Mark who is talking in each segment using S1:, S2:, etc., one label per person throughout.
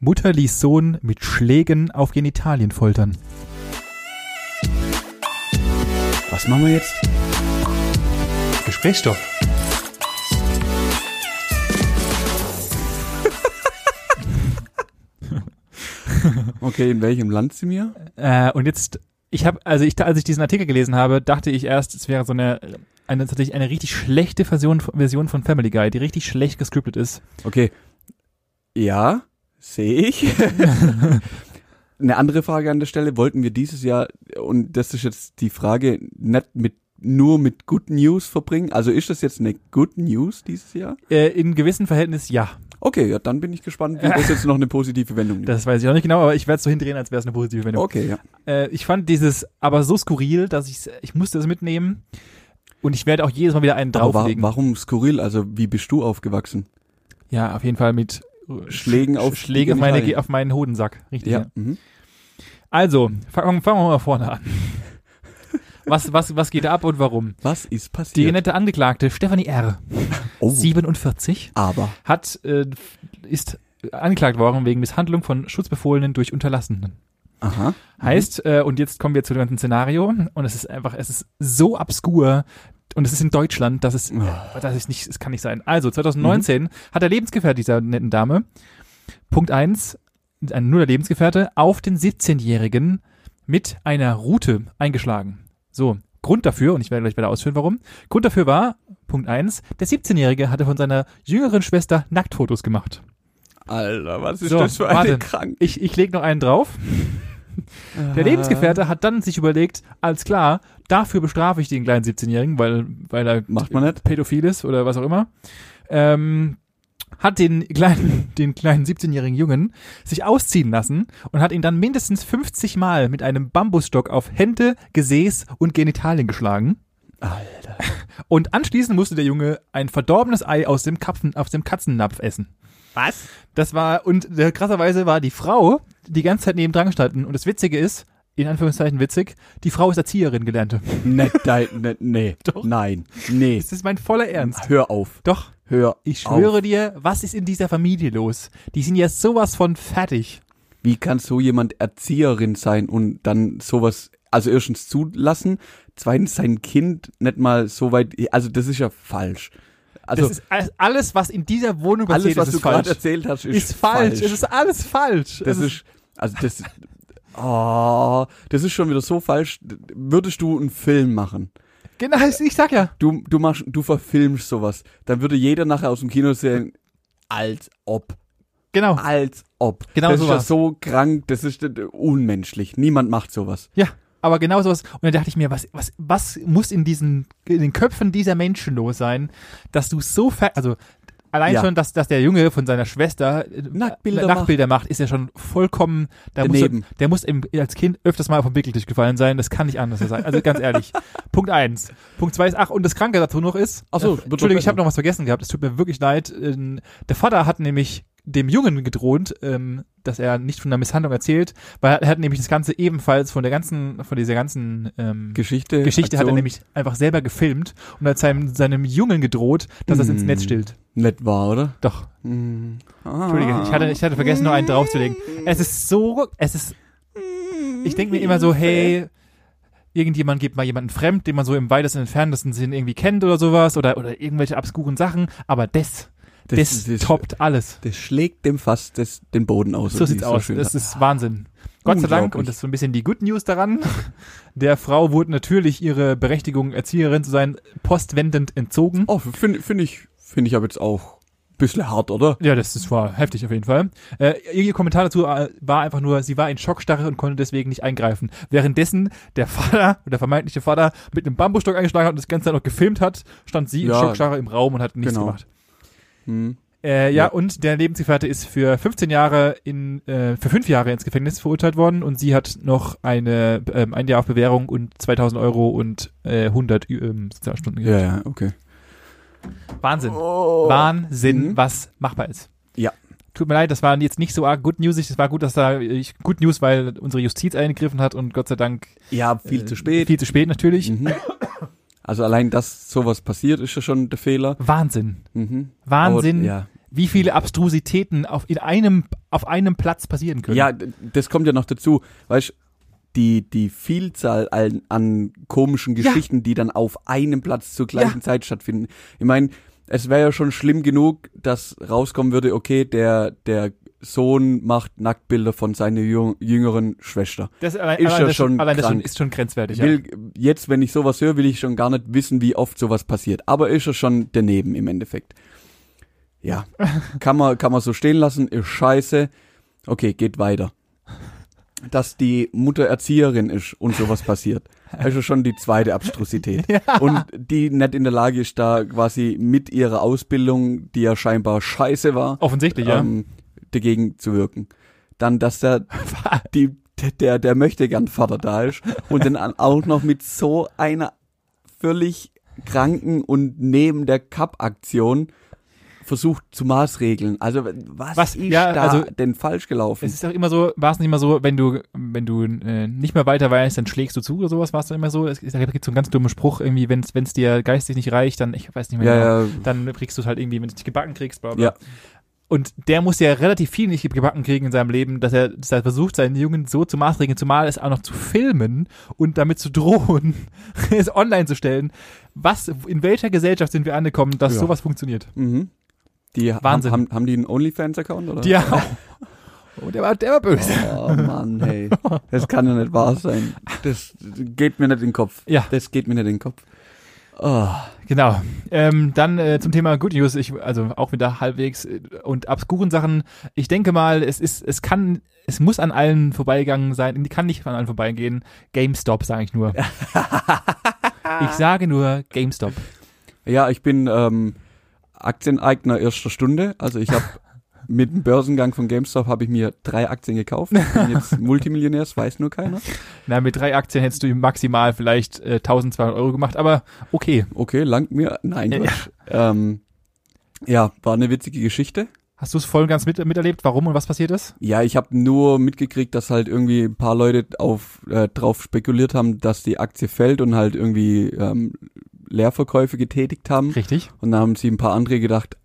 S1: Mutter ließ Sohn mit Schlägen auf Genitalien foltern.
S2: Was machen wir jetzt?
S3: Gesprächsstoff.
S2: Okay, in welchem Land sind wir?
S1: Äh, und jetzt, ich habe, also ich, als ich diesen Artikel gelesen habe, dachte ich erst, es wäre so eine, eine tatsächlich eine richtig schlechte Version, Version von Family Guy, die richtig schlecht gescriptet ist.
S2: Okay. Ja, sehe ich. Eine andere Frage an der Stelle, wollten wir dieses Jahr, und das ist jetzt die Frage, nicht mit nur mit Good News verbringen? Also ist das jetzt eine Good News dieses Jahr?
S1: Äh, in gewissem Verhältnis ja.
S2: Okay, ja, dann bin ich gespannt, wie das jetzt noch eine positive Wendung nimmt.
S1: Das weiß ich noch nicht genau, aber ich werde es so hindrehen, als wäre es eine positive Wendung.
S2: Okay, ja.
S1: Äh, ich fand dieses aber so skurril, dass ich ich musste es mitnehmen und ich werde auch jedes Mal wieder einen
S2: Aber wa
S1: drauflegen.
S2: warum skurril? Also, wie bist du aufgewachsen?
S1: Ja, auf jeden Fall mit
S2: Schlägen auf
S1: Schläge auf, meine, Ge- auf meinen Hodensack. Richtig.
S2: Ja. Mhm.
S1: Also, fangen, fangen wir mal vorne an. Was, was, was geht da ab und warum?
S2: Was ist
S1: Die
S2: passiert?
S1: nette Angeklagte Stephanie R.,
S2: oh,
S1: 47,
S2: aber.
S1: hat, äh, ist angeklagt worden wegen Misshandlung von Schutzbefohlenen durch Unterlassenen.
S2: Aha.
S1: Heißt, äh, und jetzt kommen wir zu dem ganzen Szenario und es ist einfach, es ist so obskur und es ist in Deutschland, dass es, äh, dass es nicht, es kann nicht sein. Also 2019 hat der Lebensgefährte dieser netten Dame, Punkt eins ein, nur der Lebensgefährte, auf den 17-Jährigen mit einer Rute eingeschlagen. So, Grund dafür, und ich werde gleich weiter ausführen, warum. Grund dafür war, Punkt eins der 17-Jährige hatte von seiner jüngeren Schwester Nacktfotos gemacht.
S2: Alter, was ist
S1: So,
S2: das für
S1: warte.
S2: eine Krankheit?
S1: Ich, ich lege noch einen drauf. Der
S2: Ah.
S1: Lebensgefährte hat dann sich überlegt, alles klar, dafür bestrafe ich den kleinen 17-Jährigen, weil, weil er
S2: Macht man nicht.
S1: pädophil ist oder was auch immer. Ähm, hat den kleinen, den kleinen 17-jährigen Jungen sich ausziehen lassen und hat ihn dann mindestens 50 Mal mit einem Bambusstock auf Hände, Gesäß und Genitalien geschlagen.
S2: Alter.
S1: Und anschließend musste der Junge ein verdorbenes Ei aus dem, Kapfen, aus dem Katzennapf essen.
S2: Was?
S1: Das war, und äh, krasserweise war die Frau die ganze Zeit neben dran gestanden. Und das Witzige ist, in Anführungszeichen witzig, die Frau ist Erzieherin gelernte.
S2: Nee, nein, nee, nee. nein, nee.
S1: Das ist mein voller Ernst.
S2: Hör auf,
S1: Doch,
S2: hör
S1: ich
S2: auf.
S1: schwöre dir, was ist in dieser Familie los? Die sind ja sowas von fertig.
S2: Wie kann so jemand Erzieherin sein und dann sowas, also erstens zulassen, zweitens sein Kind nicht mal so weit, also das ist ja falsch. Also
S1: Das ist alles- alles, was in dieser Wohnung
S2: alles,
S1: passiert,
S2: was
S1: ist,
S2: du
S1: ist falsch.
S2: gerade erzählt hast, ist,
S1: ist falsch. Es ist alles falsch.
S2: das
S1: es
S2: ist, also das, oh, das ist schon wieder so falsch. Würdest du einen Film machen?
S1: genau, ich sag ja.
S2: Du, du machst, du verfilmst sowas. Dann würde jeder nachher aus dem Kino sehen, als ob,
S1: Genau.
S2: als ob.
S1: Genau
S2: das
S1: so
S2: ist ja
S1: war's.
S2: so krank, das ist äh, unmenschlich. Niemand macht sowas.
S1: Ja, aber genau sowas. Und dann dachte ich mir, was, was, was muss in diesen, in den Köpfen dieser Menschen los sein, dass du so ver, also, allein
S2: Ja.
S1: schon, dass, dass der Junge von seiner Schwester äh,
S2: Nacktbilder
S1: Nacktbilder macht. ist ja schon vollkommen, der
S2: Daneben.
S1: muss, der muss im, als Kind öfters mal auf den Wickeltisch gefallen sein. Das kann nicht anders sein. Also ganz ehrlich. Punkt eins. Punkt zwei ist, ach, und das Kranke dazu noch ist,
S2: Ach so, wird doch
S1: Äh, Entschuldigung, ich
S2: besser.
S1: habe noch was vergessen gehabt. Es tut mir wirklich leid. Ähm, Der Vater hat nämlich dem Jungen gedroht, ähm, dass er nicht von der Misshandlung erzählt, weil er hat nämlich das Ganze ebenfalls von der ganzen, von dieser ganzen ähm,
S2: Geschichte.
S1: Geschichte hat er
S2: Aktion.
S1: nämlich einfach selber gefilmt und hat seinem, seinem Jungen gedroht, dass er es ins
S2: Mm.
S1: Netz stillt.
S2: Nett war, oder?
S1: Hm. Doch.
S2: Mm. Ah.
S1: Mhm. Entschuldige, ich hatte, ich hatte vergessen, noch einen draufzulegen. Es ist so, es ist, ich denke mir immer so, hey, irgendjemand gibt mal jemanden fremd, den man so im weitesten, entferntesten Sinn irgendwie kennt oder sowas oder, oder irgendwelche obskuren Sachen, aber das, das,
S2: das-
S1: toppt alles.
S2: Das schlägt dem Fass das, den Boden aus.
S1: So
S2: wie
S1: sieht's
S2: es
S1: aus.
S2: schön
S1: Das
S2: sagt.
S1: ist Wahnsinn. Gott sei Dank,
S2: Unglaublich.
S1: und das ist so ein bisschen die Good News daran, der Frau wurde natürlich ihre Berechtigung, Erzieherin zu sein, postwendend entzogen.
S2: oh, finde find ich, finde ich aber jetzt auch ein bisschen hart, oder?
S1: Ja, das, das war heftig auf jeden Fall. Äh, ihr Kommentar dazu äh, war einfach nur, sie war in Schockstarre und konnte deswegen nicht eingreifen. Währenddessen der Vater, oder der vermeintliche Vater, mit einem Bambusstock eingeschlagen hat und das Ganze dann noch gefilmt hat, stand sie in
S2: Ja.
S1: Schockstarre im Raum und hat nichts
S2: Genau.
S1: gemacht.
S2: Hm.
S1: Äh, ja,
S2: Ja.
S1: und der Lebensgefährte ist für 15 Jahre in, äh, für 5 Jahre ins Gefängnis verurteilt worden und sie hat noch eine, ähm, ein Jahr auf Bewährung und 2000 Euro und äh, 100 Ü- ähm, Sozialstunden.
S2: Ja, ja, okay.
S1: Wahnsinn.
S2: Oh.
S1: Wahnsinn,
S2: Mhm.
S1: was machbar ist.
S2: Ja.
S1: Tut mir leid, das war jetzt nicht so arg good newsig. Es war gut, dass da ich, good news, weil unsere Justiz eingegriffen hat und Gott sei Dank
S2: Ja, viel
S1: äh,
S2: zu spät.
S1: Viel zu spät natürlich.
S2: Mhm. Also allein, dass sowas passiert, ist ja schon der Fehler.
S1: Wahnsinn,
S2: Mhm.
S1: Wahnsinn,
S2: Aber, ja.
S1: wie viele Abstrusitäten auf, in einem, auf einem Platz passieren können.
S2: Ja, d- das kommt ja noch dazu. Weißt die, die Vielzahl an, an komischen
S1: Ja.
S2: Geschichten, die dann auf einem Platz zur gleichen Zeit stattfinden. Ich meine, es wäre ja schon schlimm genug, dass rauskommen würde, okay, der, der Sohn macht Nacktbilder von seiner jüng- jüngeren Schwester.
S1: das allein,
S2: ist
S1: allein,
S2: ja
S1: das
S2: schon
S1: allein das schon,
S2: krank.
S1: ist schon grenzwertig.
S2: Ich will, jetzt, wenn ich sowas höre, will ich schon gar nicht wissen, wie oft sowas passiert. Aber ist ja schon daneben im Endeffekt. Ja, kann man, kann man so stehen lassen, ist scheiße. Okay, geht weiter. Dass die Mutter Erzieherin ist und sowas passiert, ist ja schon die zweite Abstrusität. Und die nicht in der Lage ist, da quasi mit ihrer Ausbildung, die ja scheinbar scheiße war,
S1: ja. Offensichtlich, ja.
S2: ähm, dagegen zu wirken. Dann, dass der, die, der, der möchte gern Vater da ist und dann an- auch noch mit so einer völlig kranken und neben der Cup-Aktion versucht zu maßregeln. Also was,
S1: Was?
S2: ist
S1: Ja,
S2: da
S1: also-
S2: denn falsch gelaufen?
S1: Es ist auch immer so, war es nicht immer so, wenn du, wenn du äh, nicht mehr weiter weißt, dann schlägst du zu oder sowas, war es dann immer so. Es ist- da gibt so einen ganz dummen Spruch, irgendwie, wenn es dir geistig nicht reicht, dann, ich weiß nicht mehr genau,
S2: ja, ja,
S1: dann kriegst du es halt irgendwie, wenn du es nicht gebacken kriegst, bla bla.
S2: ja,
S1: Und der muss ja relativ viel nicht gebacken kriegen in seinem Leben, dass er, dass er versucht, seinen Jungen so zu maßregeln, zumal es auch noch zu filmen und damit zu drohen, es online zu stellen. Was, in welcher Gesellschaft sind wir angekommen, dass
S2: Ja.
S1: sowas funktioniert?
S2: mhm. Die
S1: Wahnsinn.
S2: Haben, haben, haben die einen OnlyFans-Account oder?
S1: Ja. Und der war, der war böse.
S2: Oh Mann, hey. Das kann ja nicht wahr sein. Das geht mir nicht in den Kopf.
S1: Ja.
S2: Das geht mir nicht in den Kopf. Oh.
S1: Genau. Ähm, dann äh, zum Thema Good News, ich, also auch wieder halbwegs äh, und obskuren Sachen. Ich denke mal, es ist, es kann, es muss an allen vorbeigegangen sein, kann nicht an allen vorbeigehen. GameStop sage ich nur. ich sage nur GameStop.
S2: Ja, ich bin ähm, Aktieneigner erster Stunde. Also ich habe mit dem Börsengang von GameStop habe ich mir drei Aktien gekauft. Ich bin jetzt Multimillionär, das weiß nur keiner.
S1: Na, mit drei Aktien hättest du maximal vielleicht äh, 1200 Euro gemacht, aber okay.
S2: Okay, langt mir. Nein,
S1: Ja.
S2: Quatsch. Ja. Ähm, ja, war eine witzige Geschichte.
S1: Hast du es voll und ganz mit, miterlebt, warum und was passiert ist?
S2: Ja, ich habe nur mitgekriegt, dass halt irgendwie ein paar Leute auf, äh, drauf spekuliert haben, dass die Aktie fällt und halt irgendwie ähm, Leerverkäufe getätigt haben.
S1: Richtig.
S2: Und dann haben sie ein paar andere gedacht,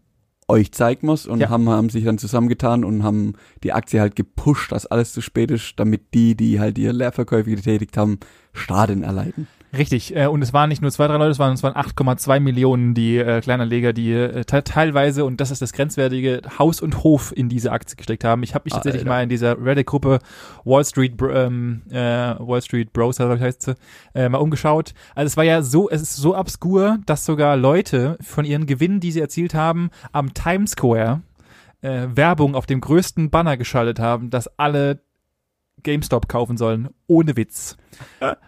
S2: euch zeigen wir's und
S1: Ja.
S2: haben, haben sich dann zusammengetan und haben die Aktie halt gepusht, dass alles zu spät ist, damit die, die halt ihre Leerverkäufe getätigt haben, Schaden erleiden.
S1: Richtig. Äh, und es waren nicht nur zwei, drei Leute, es waren, es waren 8,2 Millionen die äh, Kleinanleger, die äh, te teilweise, und das ist das Grenzwertige, Haus und Hof in diese Aktie gesteckt haben. Ich habe mich tatsächlich
S2: Alter.
S1: mal in dieser Reddit-Gruppe Wall Street Br- ähm, äh, Wall Street Bros, glaube ich, heißt sie, äh, mal umgeschaut. Also es war ja so, es ist so obskur, dass sogar Leute von ihren Gewinnen, die sie erzielt haben, am Times Square äh, Werbung auf dem größten Banner geschaltet haben, dass alle GameStop kaufen sollen. Ohne Witz.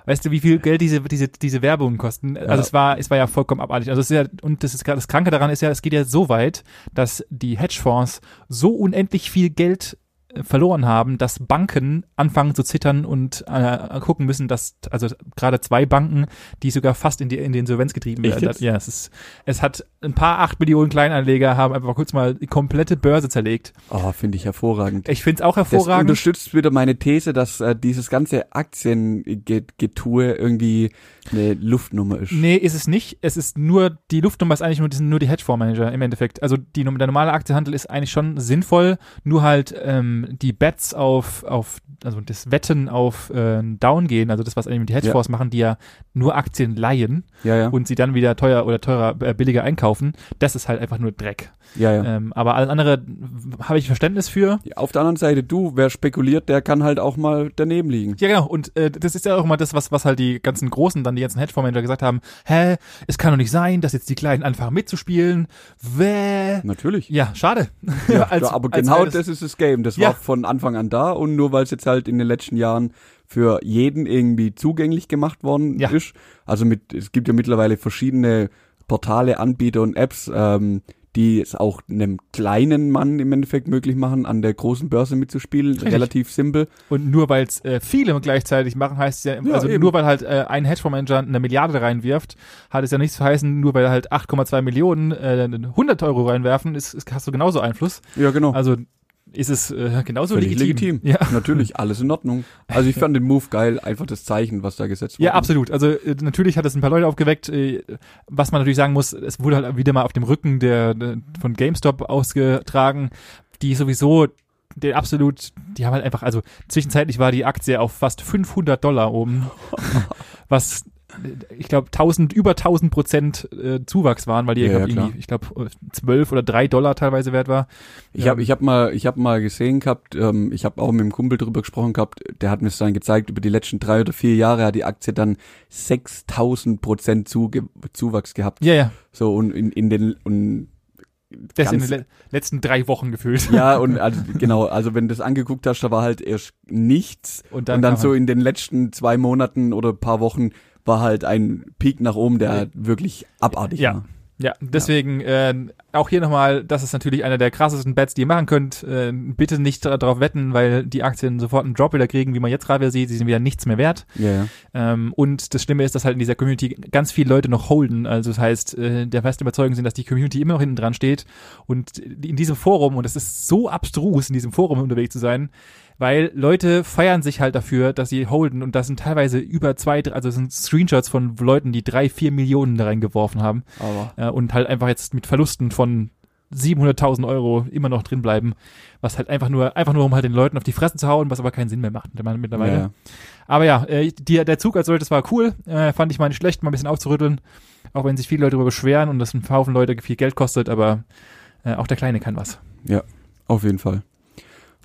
S1: Weißt du, wie viel Geld diese, diese, diese Werbungen kosten? Also es war, es war ja vollkommen abartig. Also es ist ja, und das ist gerade- das Kranke daran ist ja, es geht ja so weit, dass die Hedgefonds so unendlich viel Geld äh, verloren haben, dass Banken anfangen zu zittern und äh, gucken müssen, dass also gerade zwei Banken, die sogar fast in die, in die Insolvenz getrieben
S2: Echt
S1: werden.
S2: jetzt?
S1: Ja, es ist, es hat ein paar acht Millionen Kleinanleger haben einfach kurz mal die komplette Börse zerlegt.
S2: Oh, finde ich hervorragend.
S1: Ich finde es auch
S2: Das
S1: Äh, hervorragend.
S2: unterstützt wieder meine These, dass äh, dieses ganze Aktiengetue irgendwie eine Luftnummer ist.
S1: Nee, ist es nicht. Es ist nur, die Luftnummer ist eigentlich nur, die sind nur die Hedgefondsmanager im Endeffekt. Also die, der normale Aktienhandel ist eigentlich schon sinnvoll, nur halt ähm, die Bets auf, auf, also das Wetten auf äh, Down gehen, also das, was eigentlich die Hedgefonds machen, die ja nur Aktien leihen
S2: Ja, ja.
S1: und sie dann wieder teuer oder teurer, äh, billiger einkaufen, das ist halt einfach nur Dreck.
S2: ja, ja.
S1: Ähm, aber alles andere w- habe ich Verständnis für.
S2: Auf der anderen Seite, du, wer spekuliert, der kann halt auch mal daneben liegen.
S1: Ja, genau. Und äh, das ist ja auch immer das, was, was halt die ganzen Großen, dann die ganzen Hedgefondsmanager gesagt haben, hä, es kann doch nicht sein, dass jetzt die Kleinen anfangen mitzuspielen. Wäh.
S2: Natürlich.
S1: Ja, schade.
S2: Ja,
S1: Als-
S2: da- aber
S1: als
S2: genau
S1: wäre das-
S2: das ist das Game. Das
S1: Ja.
S2: war von Anfang an da und nur weil es jetzt halt in den letzten Jahren für jeden irgendwie zugänglich gemacht worden
S1: Ja.
S2: ist. Also mit, es gibt ja mittlerweile verschiedene Portale, Anbieter und Apps, ähm, die es auch einem kleinen Mann im Endeffekt möglich machen, an der großen Börse mitzuspielen.
S1: Richtig.
S2: Relativ simpel.
S1: Und nur weil es äh, viele gleichzeitig machen, heißt es ja,
S2: Ja,
S1: also
S2: eben.
S1: nur weil halt äh, ein Hedgefondsmanager eine Milliarde reinwirft, hat es ja nichts zu heißen, nur weil halt 8,2 Millionen äh, 100 Euro reinwerfen, ist, ist, hast du genauso Einfluss.
S2: Ja, genau.
S1: Also ist es äh, genauso
S2: Völlig
S1: legitim.
S2: legitim.
S1: Ja.
S2: Natürlich, alles in Ordnung. Also ich fand den Move geil, einfach das Zeichen, was da gesetzt wurde.
S1: Ja, absolut. Also äh, natürlich hat es ein paar Leute aufgeweckt. äh, Was man natürlich sagen muss, es wurde halt wieder mal auf dem Rücken der, der von GameStop ausgetragen, die sowieso den absolut, die haben halt einfach, also zwischenzeitlich war die Aktie auf fast 500 Dollar oben, was äh, ich glaube 1000 über 1000 Prozent äh, Zuwachs waren, weil die
S2: Ja,
S1: glaub,
S2: ja, klar.
S1: irgendwie, ich glaube 12 oder 3 Dollar teilweise wert war.
S2: Ich
S1: Ähm.
S2: habe ich hab mal, ich hab mal gesehen gehabt, ähm, ich habe auch mit dem Kumpel drüber gesprochen gehabt, der hat mir es dann gezeigt, über die letzten drei oder vier Jahre hat die Aktie dann 6000 Prozent Zuge Zuwachs gehabt.
S1: Ja, ja,
S2: So und in, in den und
S1: das in
S2: Ganz-
S1: den le letzten drei Wochen gefühlt.
S2: ja und also, genau, also wenn du das angeguckt hast, da war halt erst nichts
S1: Und
S2: und dann
S1: kam halt
S2: so in den letzten zwei Monaten oder paar Wochen war halt ein Peak nach oben, der wirklich abartig
S1: Halt Ja.
S2: war.
S1: Ja, deswegen ähm, auch hier nochmal, das ist natürlich einer der krassesten Bets, die ihr machen könnt. Äh, bitte nicht darauf wetten, weil die Aktien sofort einen Drop wieder kriegen, wie man jetzt gerade wieder sieht. Sie sind wieder nichts mehr wert.
S2: Ja, ja.
S1: Ähm, und das Schlimme ist, dass halt in dieser Community ganz viele Leute noch holden. Also das heißt, äh, der festen Überzeugung sind, dass die Community immer noch hinten dran steht. Und in diesem Forum, und es ist so abstrus, in diesem Forum unterwegs zu sein, weil Leute feiern sich halt dafür, dass sie holden. Und das sind teilweise über zwei, drei- also es sind Screenshots von Leuten, die drei, vier Millionen da reingeworfen haben
S2: Aber
S1: äh, und halt einfach jetzt mit Verlusten von 700.000 Euro immer noch drin bleiben, was halt einfach nur, einfach nur um halt den Leuten auf die Fresse zu hauen, was aber keinen Sinn mehr macht mittlerweile- mittlerweile.
S2: ja, ja.
S1: Aber ja, äh, die, der Zug als solches war cool, äh, fand ich mal nicht schlecht, mal ein bisschen aufzurütteln, auch wenn sich viele Leute darüber beschweren und das ein Haufen Leute viel Geld kostet, aber äh, auch der Kleine kann was.
S2: auf jeden Fall.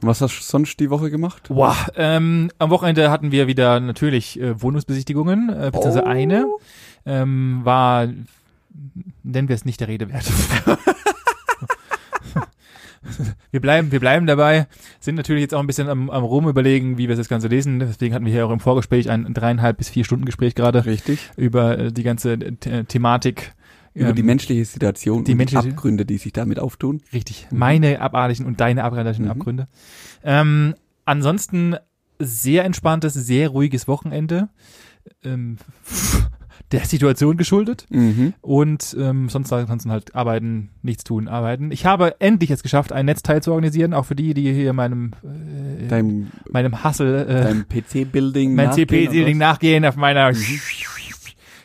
S2: Und was hast du sonst die Woche gemacht?
S1: Wow, ähm, am Wochenende hatten wir wieder natürlich äh, Wohnungsbesichtigungen, äh, beziehungsweise
S2: Oh.
S1: eine ähm, war, nennen wir es nicht der Rede wert. wir, bleiben, wir bleiben dabei, sind natürlich jetzt auch ein bisschen am, am Rumüberlegen, wie wir das Ganze lesen. Deswegen hatten wir hier auch im Vorgespräch ein dreieinhalb bis vier Stunden Gespräch gerade
S2: Richtig.
S1: über äh, die ganze äh, The- Thematik.
S2: Über
S1: Ähm,
S2: die menschliche Situation
S1: die
S2: und
S1: menschliche-
S2: die Abgründe, die sich damit auftun.
S1: Richtig.
S2: Mhm.
S1: Meine abartigen und deine abartigen
S2: Mhm.
S1: Abgründe. Ähm, ansonsten sehr entspanntes, sehr ruhiges Wochenende. Ähm, der Situation geschuldet. Und ähm, sonst ansonsten halt arbeiten, nichts tun, arbeiten. Ich habe endlich es geschafft, ein Netzteil zu organisieren, auch für die, die hier meinem, äh,
S2: Deinem,
S1: meinem Hustle äh,
S2: deinem PC-Building.
S1: mein
S2: nachgehen
S1: cp ding
S2: oder Mhm.
S1: nachgehen auf meiner.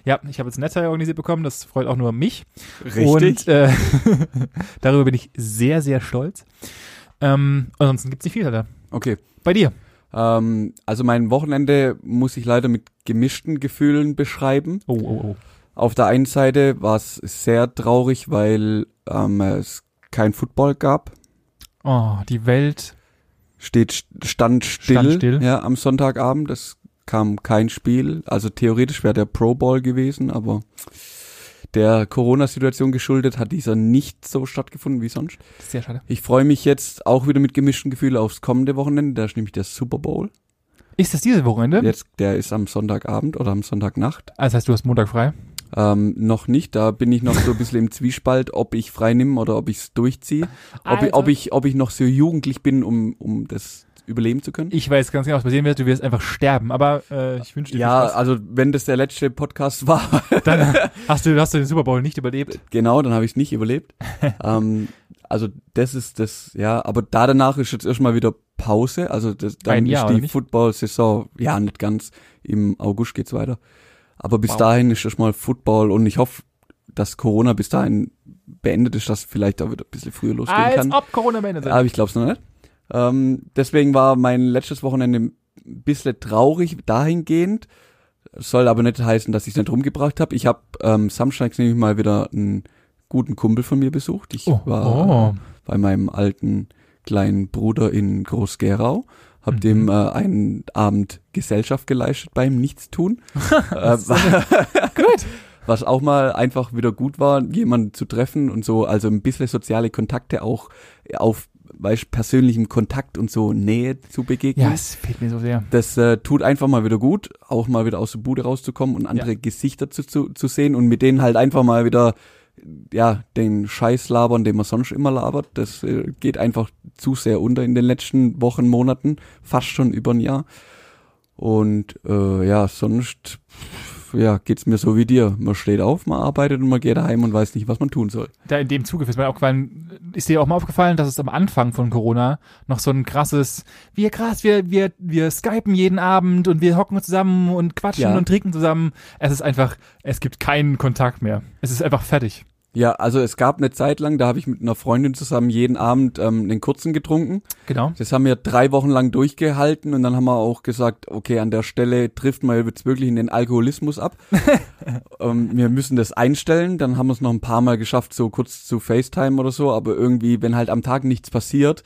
S1: Ja, ich habe jetzt ein Netzteil organisiert bekommen, das freut auch nur mich.
S2: was? Richtig.
S1: Und äh, darüber bin ich sehr, sehr stolz. Ähm, ansonsten gibt's nicht viel da.
S2: okay.
S1: Bei dir.
S2: Ähm, also mein Wochenende muss ich leider mit gemischten Gefühlen beschreiben.
S1: Oh, oh, oh.
S2: Auf der einen Seite war es sehr traurig, weil ähm, es kein Football gab.
S1: Oh, die Welt.
S2: Steht, stand still,
S1: Stand still.
S2: Ja, am Sonntagabend. Es kam kein Spiel. Also theoretisch wäre der Pro Bowl gewesen, aber der Corona-Situation geschuldet hat dieser nicht so stattgefunden wie sonst.
S1: Sehr schade.
S2: Ich freue mich jetzt auch wieder mit gemischten Gefühlen aufs kommende Wochenende. Da ist nämlich der Super Bowl.
S1: Ist das dieses Wochenende?
S2: Jetzt, der ist am Sonntagabend oder am Sonntagnacht.
S1: Also heißt, du hast Montag frei.
S2: Ähm, noch nicht. Da bin ich noch so ein bisschen im Zwiespalt, ob ich frei nehme oder ob ich es durchziehe. Ob, ich-
S1: Alter.
S2: ob, ich, ob ich noch so jugendlich bin, um, um das überleben zu können.
S1: Ich weiß ganz genau, was passieren wird. Du wirst einfach sterben. Aber äh, ich wünsche dir
S2: Ja,
S1: viel
S2: also wenn das der letzte Podcast war,
S1: Spaß. Dann hast du, hast du den Super Bowl nicht überlebt.
S2: genau, dann habe ich es nicht überlebt. ähm, also das ist das, ja, aber da danach ist jetzt erstmal wieder Pause. Also das,
S1: Ein
S2: dann
S1: Jahr, oder
S2: ist die
S1: nicht?
S2: Football-Saison, ja, nicht ganz. Im August geht's weiter. Aber bis
S1: Wow.
S2: dahin ist erstmal Football und ich hoffe, dass Corona bis dahin beendet ist, dass vielleicht auch wieder ein bisschen früher losgehen kann. Äh,
S1: ob Corona am Ende sei.
S2: Aber ich glaube es noch nicht. Ähm, deswegen war mein letztes Wochenende ein bisschen traurig dahingehend. Soll aber nicht heißen, dass ich es nicht rumgebracht habe. Ich habe ähm, samstags nämlich mal wieder einen guten Kumpel von mir besucht. Ich
S1: Oh,
S2: war
S1: oh.
S2: bei meinem alten kleinen Bruder in Groß-Gerau. Hab
S1: Mhm.
S2: dem äh, einen Abend Gesellschaft geleistet beim Nichtstun. äh,
S1: Gut.
S2: was auch mal einfach wieder gut war, jemanden zu treffen und so, also ein bisschen soziale Kontakte auch auf weißt, persönlichem Kontakt und so Nähe zu begegnen.
S1: Ja, es fehlt mir so sehr.
S2: Das äh, tut einfach mal wieder gut, auch mal wieder aus der Bude rauszukommen und andere Gesichter zu, zu, zu sehen und mit denen halt einfach mal wieder ja, den Scheiß labern, den man sonst immer labert. Das äh, geht einfach zu sehr unter in den letzten Wochen, Monaten, fast schon über ein Jahr. Und äh, ja, sonst ja, geht's mir so wie dir. Man steht auf, man arbeitet und man geht daheim und weiß nicht, was man tun soll.
S1: Da in dem Zuge ist mir auch gefallen, ist dir auch mal aufgefallen, dass es am Anfang von Corona noch so ein krasses, wir krass, wir, wir, wir skypen jeden Abend und wir hocken zusammen und quatschen
S2: Ja.
S1: und trinken zusammen. Es ist einfach, es gibt keinen Kontakt mehr. Es ist einfach fertig.
S2: Ja, also es gab eine Zeit lang, da habe ich mit einer Freundin zusammen jeden Abend ähm, einen kurzen getrunken.
S1: Genau.
S2: Das haben wir drei Wochen lang durchgehalten und dann haben wir auch gesagt, okay, an der Stelle trifft man jetzt wirklich in den Alkoholismus ab. ähm, wir müssen das einstellen. Dann haben wir es noch ein paar Mal geschafft, so kurz zu FaceTime oder so. Aber irgendwie, wenn halt am Tag nichts passiert,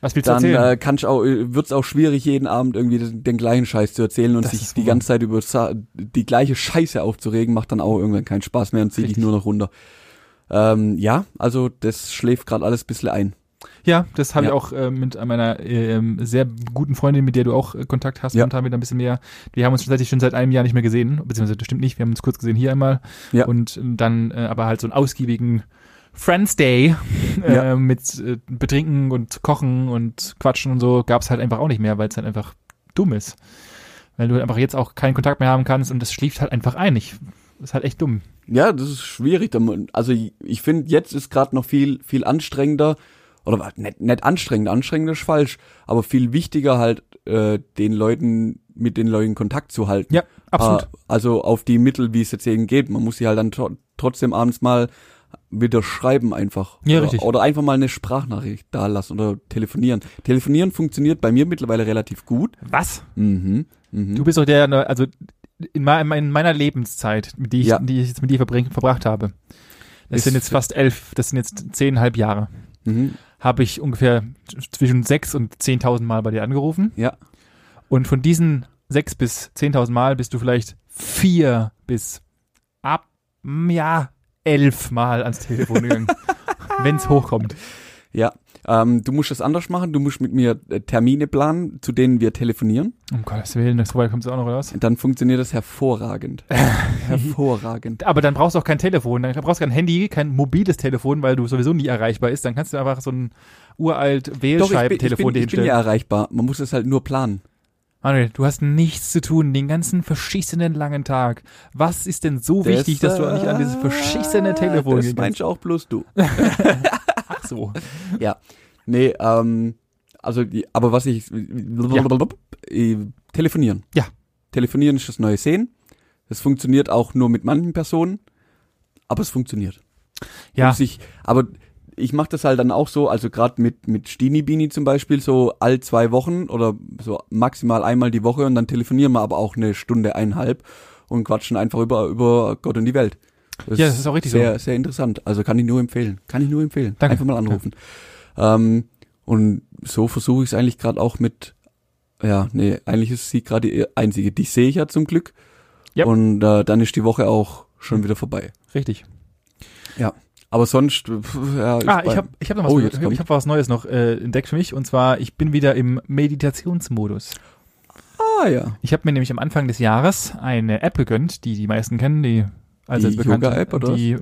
S1: Was willst du
S2: dann
S1: erzählen?
S2: äh, kann's auch, wird's auch schwierig, jeden Abend irgendwie den, den gleichen Scheiß zu erzählen und
S1: Das
S2: sich
S1: ist
S2: die
S1: wahr.
S2: ganze Zeit über Sa- die gleiche Scheiße aufzuregen, macht dann auch irgendwann keinen Spaß mehr und zieht dich
S1: Richtig.
S2: nur noch runter. Ähm, ja, also das schläft gerade alles ein bisschen ein.
S1: ja, das habe
S2: ja.
S1: ich auch äh, mit meiner ähm, sehr guten Freundin, mit der du auch äh, Kontakt hast,
S2: Ja.
S1: momentan wieder ein bisschen mehr. Wir haben uns schon seit, schon seit einem Jahr nicht mehr gesehen, beziehungsweise das stimmt nicht, wir haben uns kurz gesehen hier einmal
S2: Ja.
S1: und äh, dann äh, aber halt so einen ausgiebigen Friends Day äh,
S2: Ja.
S1: mit äh, Betrinken und Kochen und Quatschen und so gab es halt einfach auch nicht mehr, weil es halt einfach dumm ist. Weil du halt einfach jetzt auch keinen Kontakt mehr haben kannst und das schläft halt einfach ein. Ich, das ist halt echt dumm.
S2: Ja, das ist schwierig. Da man- Also ich finde, jetzt ist gerade noch viel, viel anstrengender, oder was, nicht, nicht anstrengend, anstrengend ist falsch, aber viel wichtiger halt, äh, den Leuten, mit den Leuten Kontakt zu halten.
S1: Ja, absolut.
S2: Äh, also auf die Mittel, wie es jetzt eben geht. Man muss sie halt dann tro trotzdem abends mal wieder schreiben einfach.
S1: Ja,
S2: oder,
S1: richtig.
S2: Oder einfach mal eine Sprachnachricht da lassen oder telefonieren. Telefonieren funktioniert bei mir mittlerweile relativ gut.
S1: Was?
S2: Mhm. mhm.
S1: Du bist doch der, also in, mei- in meiner Lebenszeit, die ich,
S2: Ja.
S1: die ich jetzt mit dir verbring, verbracht habe. Das
S2: Ist-
S1: sind jetzt fast elf, das sind jetzt zehnhalb Jahre.
S2: mhm.
S1: Habe ich ungefähr zwischen sechs und zehntausend Mal bei dir angerufen.
S2: Ja.
S1: Und von diesen sechs bis zehntausend Mal bist du vielleicht vier bis ab, mm, ja, elf Mal ans Telefon gegangen. wenn es hochkommt.
S2: Ja. Ähm, du musst es anders machen. Du musst mit mir äh, Termine planen, zu denen wir telefonieren.
S1: Um Gottes Willen, das vorbei kommt es auch noch raus.
S2: Dann funktioniert das hervorragend. hervorragend.
S1: Aber dann brauchst du auch kein Telefon, dann brauchst du kein Handy, kein mobiles Telefon, weil du sowieso nie erreichbar ist. Dann kannst du einfach so ein uralt
S2: Doch, ich bin, ich,
S1: Wählscheibentelefon
S2: bin,
S1: dir
S2: ich bin
S1: hinstellen.
S2: ja erreichbar. Man muss es halt nur planen.
S1: Manuel, du hast nichts zu tun, den ganzen verschissenen langen Tag. Was ist denn so Oh, wichtig, dass du nicht an dieses verschissene Telefon
S2: äh, Das
S1: gehen
S2: meinst
S1: kannst?
S2: auch bloß du.
S1: Ach so.
S2: Nee, ähm, also, die- aber was ich, äh, telefonieren.
S1: Ja.
S2: Telefonieren ist das neue Sehen. Es funktioniert auch nur mit manchen Personen, aber es funktioniert.
S1: Ja,
S2: Und Sich, aber ich mache das halt dann auch so, also gerade mit, mit Stini Bini zum Beispiel, so all zwei Wochen oder so maximal einmal die Woche und dann telefonieren wir aber auch eine Stunde, eineinhalb und quatschen einfach über, über Gott und die Welt.
S1: Ja, das ist auch richtig so.
S2: sehr, Sehr interessant. Also kann ich nur empfehlen. Kann ich nur empfehlen.
S1: Danke.
S2: Einfach mal anrufen. Ähm, und so versuche ich es eigentlich gerade auch mit, ja, nee, eigentlich ist sie gerade die einzige. Die sehe ich ja zum Glück.
S1: Yep.
S2: Und äh, dann ist die Woche auch schon wieder vorbei.
S1: richtig.
S2: Aber sonst, pf, ja, ist
S1: Ah, ich
S2: bei-
S1: habe ich hab noch was,
S2: Oh,
S1: ich
S2: jetzt kommt-
S1: hab was Neues noch äh, entdeckt für mich. Und zwar, ich bin wieder im Meditationsmodus.
S2: Ah ja.
S1: Ich habe mir nämlich am Anfang des Jahres eine App gegönnt, die die meisten kennen, die also
S2: Die Yoga-App oder
S1: die,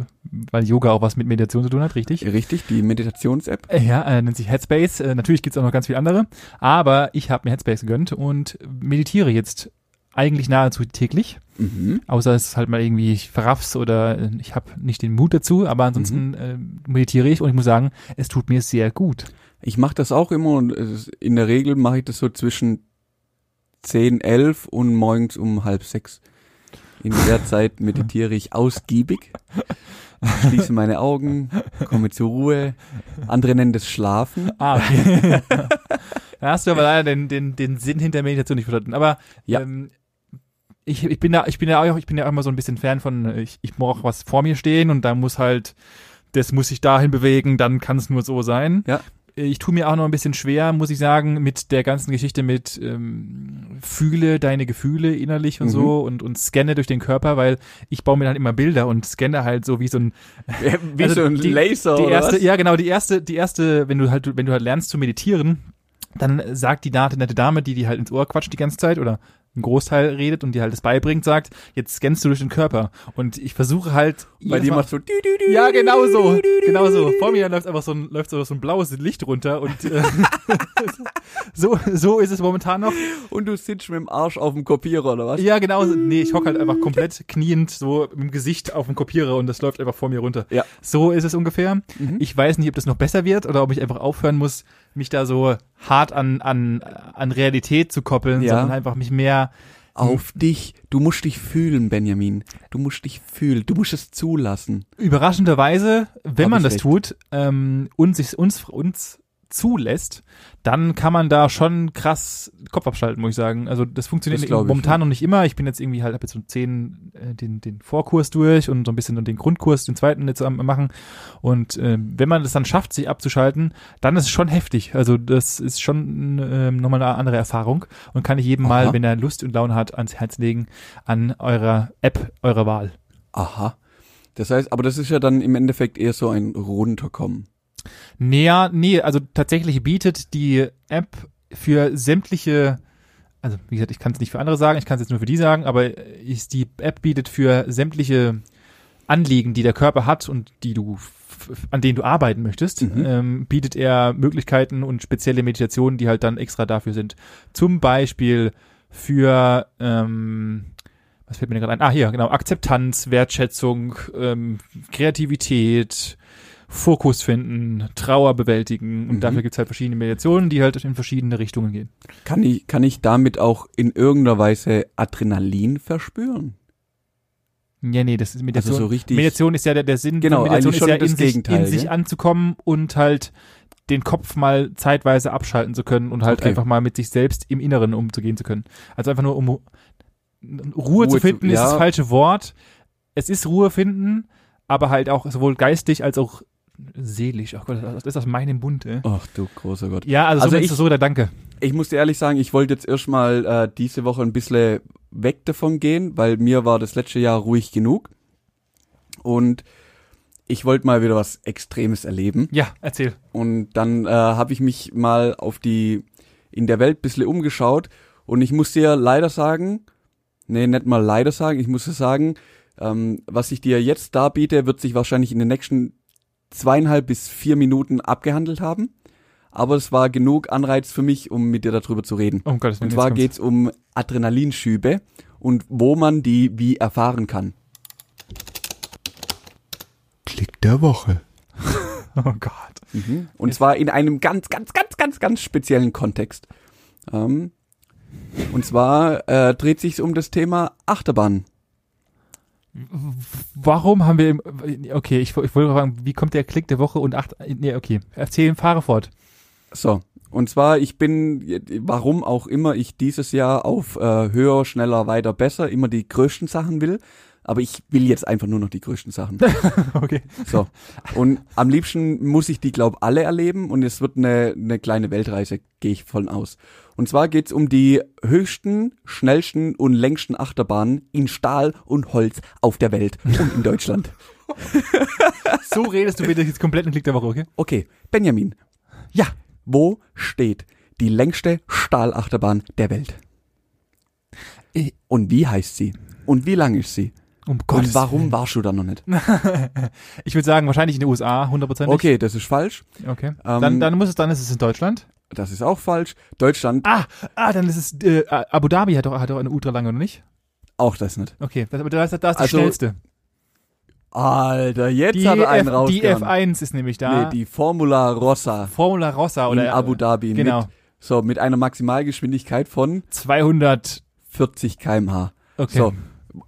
S1: weil Yoga auch was mit Meditation zu tun hat, richtig?
S2: Richtig, die Meditations-App.
S1: Äh, Ja, äh, nennt sich Headspace. Äh, natürlich gibt's auch noch ganz viele andere, aber ich habe mir Headspace gegönnt und meditiere jetzt eigentlich nahezu täglich.
S2: Mhm.
S1: Außer es ist halt mal irgendwie ich verraff's oder äh, ich habe nicht den Mut dazu, aber ansonsten
S2: Mhm.
S1: äh, meditiere ich und ich muss sagen, es tut mir sehr gut.
S2: Ich mache das auch immer und es ist- in der Regel mache ich das so zwischen 10, 11 und morgens um halb sechs. In der Zeit meditiere ich ausgiebig, schließe meine Augen, komme zur Ruhe. Andere nennen das Schlafen.
S1: Ah, okay. da hast du aber leider den, den, den Sinn hinter Meditation nicht verstanden. Aber
S2: Ja.
S1: ähm, ich, ich bin da, ich bin ja auch, ich bin ja auch immer so ein bisschen Fan von, äh, ich, ich brauche was vor mir stehen und da muss halt, das muss ich dahin bewegen, dann kann es nur so sein. Äh,
S2: Ja.
S1: Ich tue mir auch noch ein bisschen schwer, muss ich sagen, mit der ganzen Geschichte mit ähm, fühle deine Gefühle innerlich und
S2: Mhm.
S1: so und, und scanne durch den Körper, weil ich baue mir dann immer Bilder und scanne halt so wie so ein
S2: Wie
S1: Also die-
S2: Laser
S1: die erste, ja genau, die erste, die erste, wenn du halt, wenn du halt lernst zu meditieren, dann sagt die nette, nette Dame, die die halt ins Ohr quatscht die ganze Zeit oder einen Großteil redet und dir halt das beibringt, sagt, jetzt scannst du durch den Körper. Und ich versuche halt.
S2: Bei
S1: jedes
S2: dir
S1: Mal-
S2: macht so. dü- dü- dü-
S1: Ja,
S2: dü-
S1: genau
S2: dü-
S1: so.
S2: dü- dü-
S1: Genau
S2: dü-
S1: so.
S2: dü-
S1: Vor mir läuft einfach so ein, läuft so so ein blaues Licht runter und äh, so, so ist es momentan noch.
S2: Und du sitzt mit dem Arsch auf dem Kopierer oder was?
S1: Ja, genau. so. Nee, ich hocke halt einfach komplett kniend so mit dem Gesicht auf dem Kopierer und das läuft einfach vor mir runter.
S2: Ja. Mhm.
S1: So ist es ungefähr. Ich weiß nicht, ob das noch besser wird oder ob ich einfach aufhören muss, mich da so hart an, an, an Realität zu koppeln,
S2: Ja.
S1: sondern einfach mich mehr
S2: Auf dich. Du musst dich fühlen, Benjamin. Du musst dich fühlen. Du musst es zulassen.
S1: überraschenderweise, wenn
S2: Hab
S1: man
S2: ich
S1: das
S2: recht.
S1: tut ähm, und sich uns, uns zulässt, dann kann man da schon krass Kopf abschalten, muss ich sagen. Also das funktioniert
S2: Das glaub ich,
S1: momentan
S2: ja.
S1: noch nicht immer. Ich bin jetzt irgendwie halt, habe jetzt so zehn äh, den, den Vorkurs durch und so ein bisschen dann den Grundkurs, den zweiten jetzt am machen. Und äh, wenn man das dann schafft, sich abzuschalten, dann ist es schon heftig. Also das ist schon ähm, nochmal eine andere Erfahrung und kann ich jedem mal,
S2: Aha.
S1: wenn er Lust und Laune hat, ans Herz legen an eurer App eurer Wahl.
S2: Aha. Das heißt, aber das ist ja dann im Endeffekt eher so ein Runterkommen.
S1: Naja, nee, also tatsächlich bietet die App für sämtliche, also wie gesagt, ich kann es nicht für andere sagen, ich kann es jetzt nur für die sagen, aber ist, die App bietet für sämtliche Anliegen, die der Körper hat und die du f- f- an denen du arbeiten möchtest,
S2: Mhm.
S1: ähm, bietet er Möglichkeiten und spezielle Meditationen, die halt dann extra dafür sind. Zum Beispiel für ähm, was fällt mir denn gerade ein? Ah, hier, genau. Akzeptanz, Wertschätzung, ähm, Kreativität, Fokus finden, Trauer bewältigen. Und
S2: Mhm.
S1: dafür gibt's halt verschiedene Meditationen, die halt in verschiedene Richtungen gehen.
S2: Kann ich, kann ich damit auch in irgendeiner Weise Adrenalin verspüren?
S1: Ja, nee, das ist Meditation.
S2: Also so richtig.
S1: Meditation ist ja der, der Sinn
S2: Genau,
S1: von Meditation
S2: eigentlich
S1: ist
S2: schon
S1: ja
S2: das
S1: in, sich,
S2: Gegenteil, ne?
S1: in sich
S2: gell?
S1: anzukommen und halt den Kopf mal zeitweise abschalten zu können und halt
S2: Okay.
S1: einfach mal mit sich selbst im Inneren umzugehen zu können. Also einfach nur um Ruhe, zu
S2: zu-
S1: finden, ist
S2: ja.
S1: das falsche Wort. Es ist Ruhe finden, aber halt auch sowohl geistig als auch seelisch. Ach Gott, das ist aus meinem Bund, ey.
S2: Ach du großer Gott.
S1: Ja, also,
S2: Also
S1: so,
S2: ich-
S1: ich, so der Danke.
S2: Ich muss dir ehrlich sagen, ich wollte jetzt erstmal äh, diese Woche ein bisschen weg davon gehen, weil mir war das letzte Jahr ruhig genug. Und ich wollte mal wieder was Extremes erleben.
S1: Ja, erzähl.
S2: Und dann äh, habe ich mich mal auf die in der Welt ein bisschen umgeschaut. Und ich muss dir leider sagen, nee, nicht mal leider sagen, ich muss dir sagen, ähm, was ich dir jetzt darbiete, wird sich wahrscheinlich in den nächsten zweieinhalb bis vier Minuten abgehandelt haben. Aber es war genug Anreiz für mich, um mit dir darüber zu reden.
S1: Oh Gott,
S2: Und zwar geht's um Adrenalinschübe und wo man die wie erfahren kann.
S3: Klick der Woche.
S1: Oh Gott.
S2: Mhm. Und zwar in einem ganz, ganz, ganz, ganz, ganz speziellen Kontext. Ähm, und zwar äh, dreht sich um das Thema Achterbahn.
S1: Warum haben wir im, okay, ich, ich wollte fragen, wie kommt der Klick der Woche und acht, nee, okay, erzähl, fahre fort.
S2: So, und zwar, ich bin, warum auch immer ich dieses Jahr auf äh, höher, schneller, weiter, besser immer die größten Sachen will, aber ich will jetzt einfach nur noch die größten Sachen.
S1: Okay.
S2: So. Und am liebsten muss ich die, glaube alle erleben und es wird eine, eine kleine Weltreise, gehe ich von aus. Und zwar geht's um die höchsten, schnellsten und längsten Achterbahnen in Stahl und Holz auf der Welt und in Deutschland.
S1: So redest du bitte jetzt komplett einen Klick der Woche, okay?
S2: Okay, Benjamin,
S1: Ja.
S2: wo steht die längste Stahlachterbahn der Welt?
S1: Ich-
S2: Und wie heißt sie? Und wie lang ist sie?
S1: Um
S2: und warum warst du da noch nicht?
S1: Ich würde sagen, wahrscheinlich in den USA, hundertprozentig.
S2: Okay, das ist falsch.
S1: Okay.
S2: Ähm,
S1: dann, dann muss es, dann ist es in Deutschland.
S2: Das ist auch falsch. Deutschland
S1: Ah, ah, dann ist es, äh, Abu Dhabi hat doch, hat doch eine ultra lange, oder nicht?
S2: auch das nicht.
S1: Okay, das, aber da ist, da ist die
S2: Also,
S1: schnellste.
S2: Alter, jetzt
S1: Die,
S2: hat er
S1: F,
S2: einen
S1: die
S2: rausgehauen.
S1: F1 ist nämlich da.
S2: Nee, die Formula Rossa
S1: Formula Rossa oder
S2: in Abu Dhabi.
S1: Genau.
S2: Mit, so, mit einer Maximalgeschwindigkeit von
S1: 200.
S2: 40 km/h.
S1: Okay.
S2: So,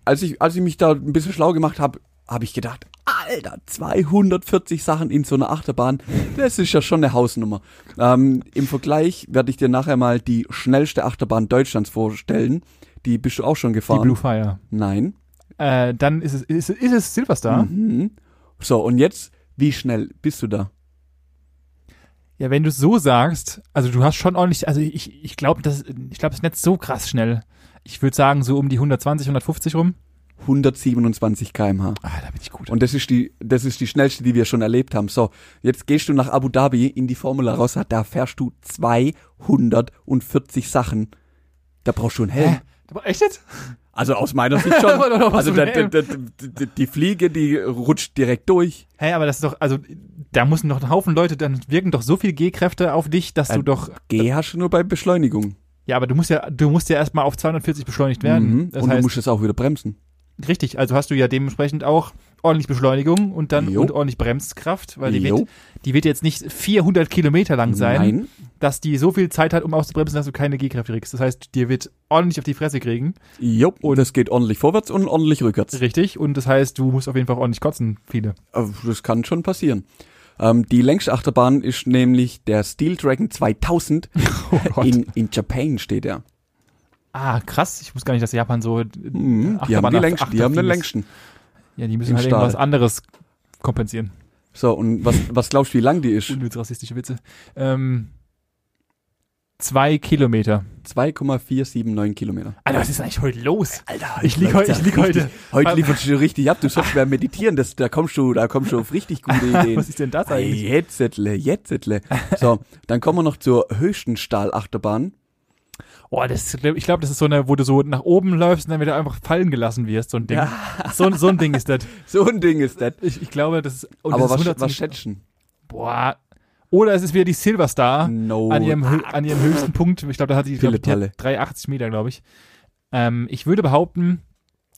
S2: als ich, als ich mich da ein bisschen schlau gemacht habe, habe ich gedacht, Alter, 240 Sachen in so einer Achterbahn, das ist ja schon eine Hausnummer. Ähm, Im Vergleich werde ich dir nachher mal die schnellste Achterbahn Deutschlands vorstellen. Die bist du auch schon
S1: Die
S2: gefahren?
S1: Blue Fire.
S2: Nein.
S1: Äh, dann ist es, ist, ist es Silverstar.
S2: Mhm. So, und jetzt, wie schnell bist du da?
S1: Ja, wenn du es so sagst, also du hast schon ordentlich, also ich, ich glaube, das, ich glaube, es ist nicht so krass schnell. Ich würde sagen, so um die 120, 150 rum.
S2: 127 km/h.
S1: Ah, da bin ich gut.
S2: Und das ist die, das ist die schnellste, die wir schon erlebt haben. So, jetzt gehst du nach Abu Dhabi in die Formula Rossa, da fährst du 240 Sachen. Da brauchst du einen Helm.
S1: Hä? Echt jetzt?
S2: Also aus meiner Sicht schon.
S1: Oder was
S2: also
S1: für
S2: da,
S1: ein
S2: da, da, die, die Fliege, die rutscht direkt durch.
S1: Hä, hey, aber das ist doch, also da müssen doch ein Haufen Leute, dann wirken doch so viel G-Kräfte auf dich, dass du
S2: Äh,
S1: doch,
S2: G hast du nur bei Beschleunigung.
S1: ja, aber du musst ja, du musst ja erstmal auf 240 beschleunigt werden.
S2: Mhm.
S1: Das
S2: Und du
S1: heißt,
S2: musst es auch wieder bremsen.
S1: richtig, also hast du ja dementsprechend auch ordentlich Beschleunigung und dann
S2: Jo.
S1: und ordentlich Bremskraft, weil die
S2: Jo.
S1: wird, die wird jetzt nicht 400 Kilometer lang sein,
S2: Nein.
S1: dass die so viel Zeit hat, um auszubremsen, dass du keine G-Kräfte kriegst. Das heißt, dir wird ordentlich auf die Fresse kriegen,
S2: Jo. Und es geht ordentlich vorwärts und ordentlich rückwärts.
S1: richtig, und das heißt, du musst auf jeden Fall ordentlich kotzen, viele.
S2: Äh, Das kann schon passieren. Ähm, die längste Achterbahn ist nämlich der Steel Dragon 2000.
S1: Oh Gott.
S2: in, in Japan steht er.
S1: ah, krass, ich wusste gar nicht, dass Japan so, äh,
S2: Mhm. Die haben
S1: Achterbahn
S2: die
S1: nach
S2: längsten. Die haben den
S1: Achterfies.
S2: längsten.
S1: ja, die müssen
S2: Im
S1: halt
S2: Stahl.
S1: irgendwas anderes kompensieren.
S2: So, und was, was glaubst du, wie lang die ist?
S1: Unnütz rassistische Witze. Ähm, zwei Kilometer.
S2: 2,479 Kilometer.
S1: Alter, was ist denn eigentlich heute los?
S2: Alter,
S1: Ich lieg heu- ich lieg heute-
S2: Richtig, heute lieferst du richtig ab. Du sollst mehr meditieren. Das, da kommst du, da kommst du auf richtig gute Ideen.
S1: Was ist denn das eigentlich?
S2: Jetzetle, jetzetle. So, dann kommen wir noch zur höchsten Stahlachterbahn.
S1: Oh, das, ist- ich glaube, das ist so eine, wo du so nach oben läufst und dann wieder einfach fallen gelassen wirst. So ein Ding. So, so ein Ding ist das.
S2: So ein Ding ist das.
S1: Ich, ich glaube, das ist. oh, das
S2: Aber
S1: ist
S2: was,
S1: 100
S2: was schätzen?
S1: Boah. Oder es ist wieder die Silver Star
S2: No.
S1: Ah, an, ihrem, hö- an ihrem höchsten Punkt. Ich glaube, da hat die, glaub, ich, die
S2: ah, Pille-Palle.
S1: hat 380 Meter, glaube ich. Ähm, ich würde behaupten,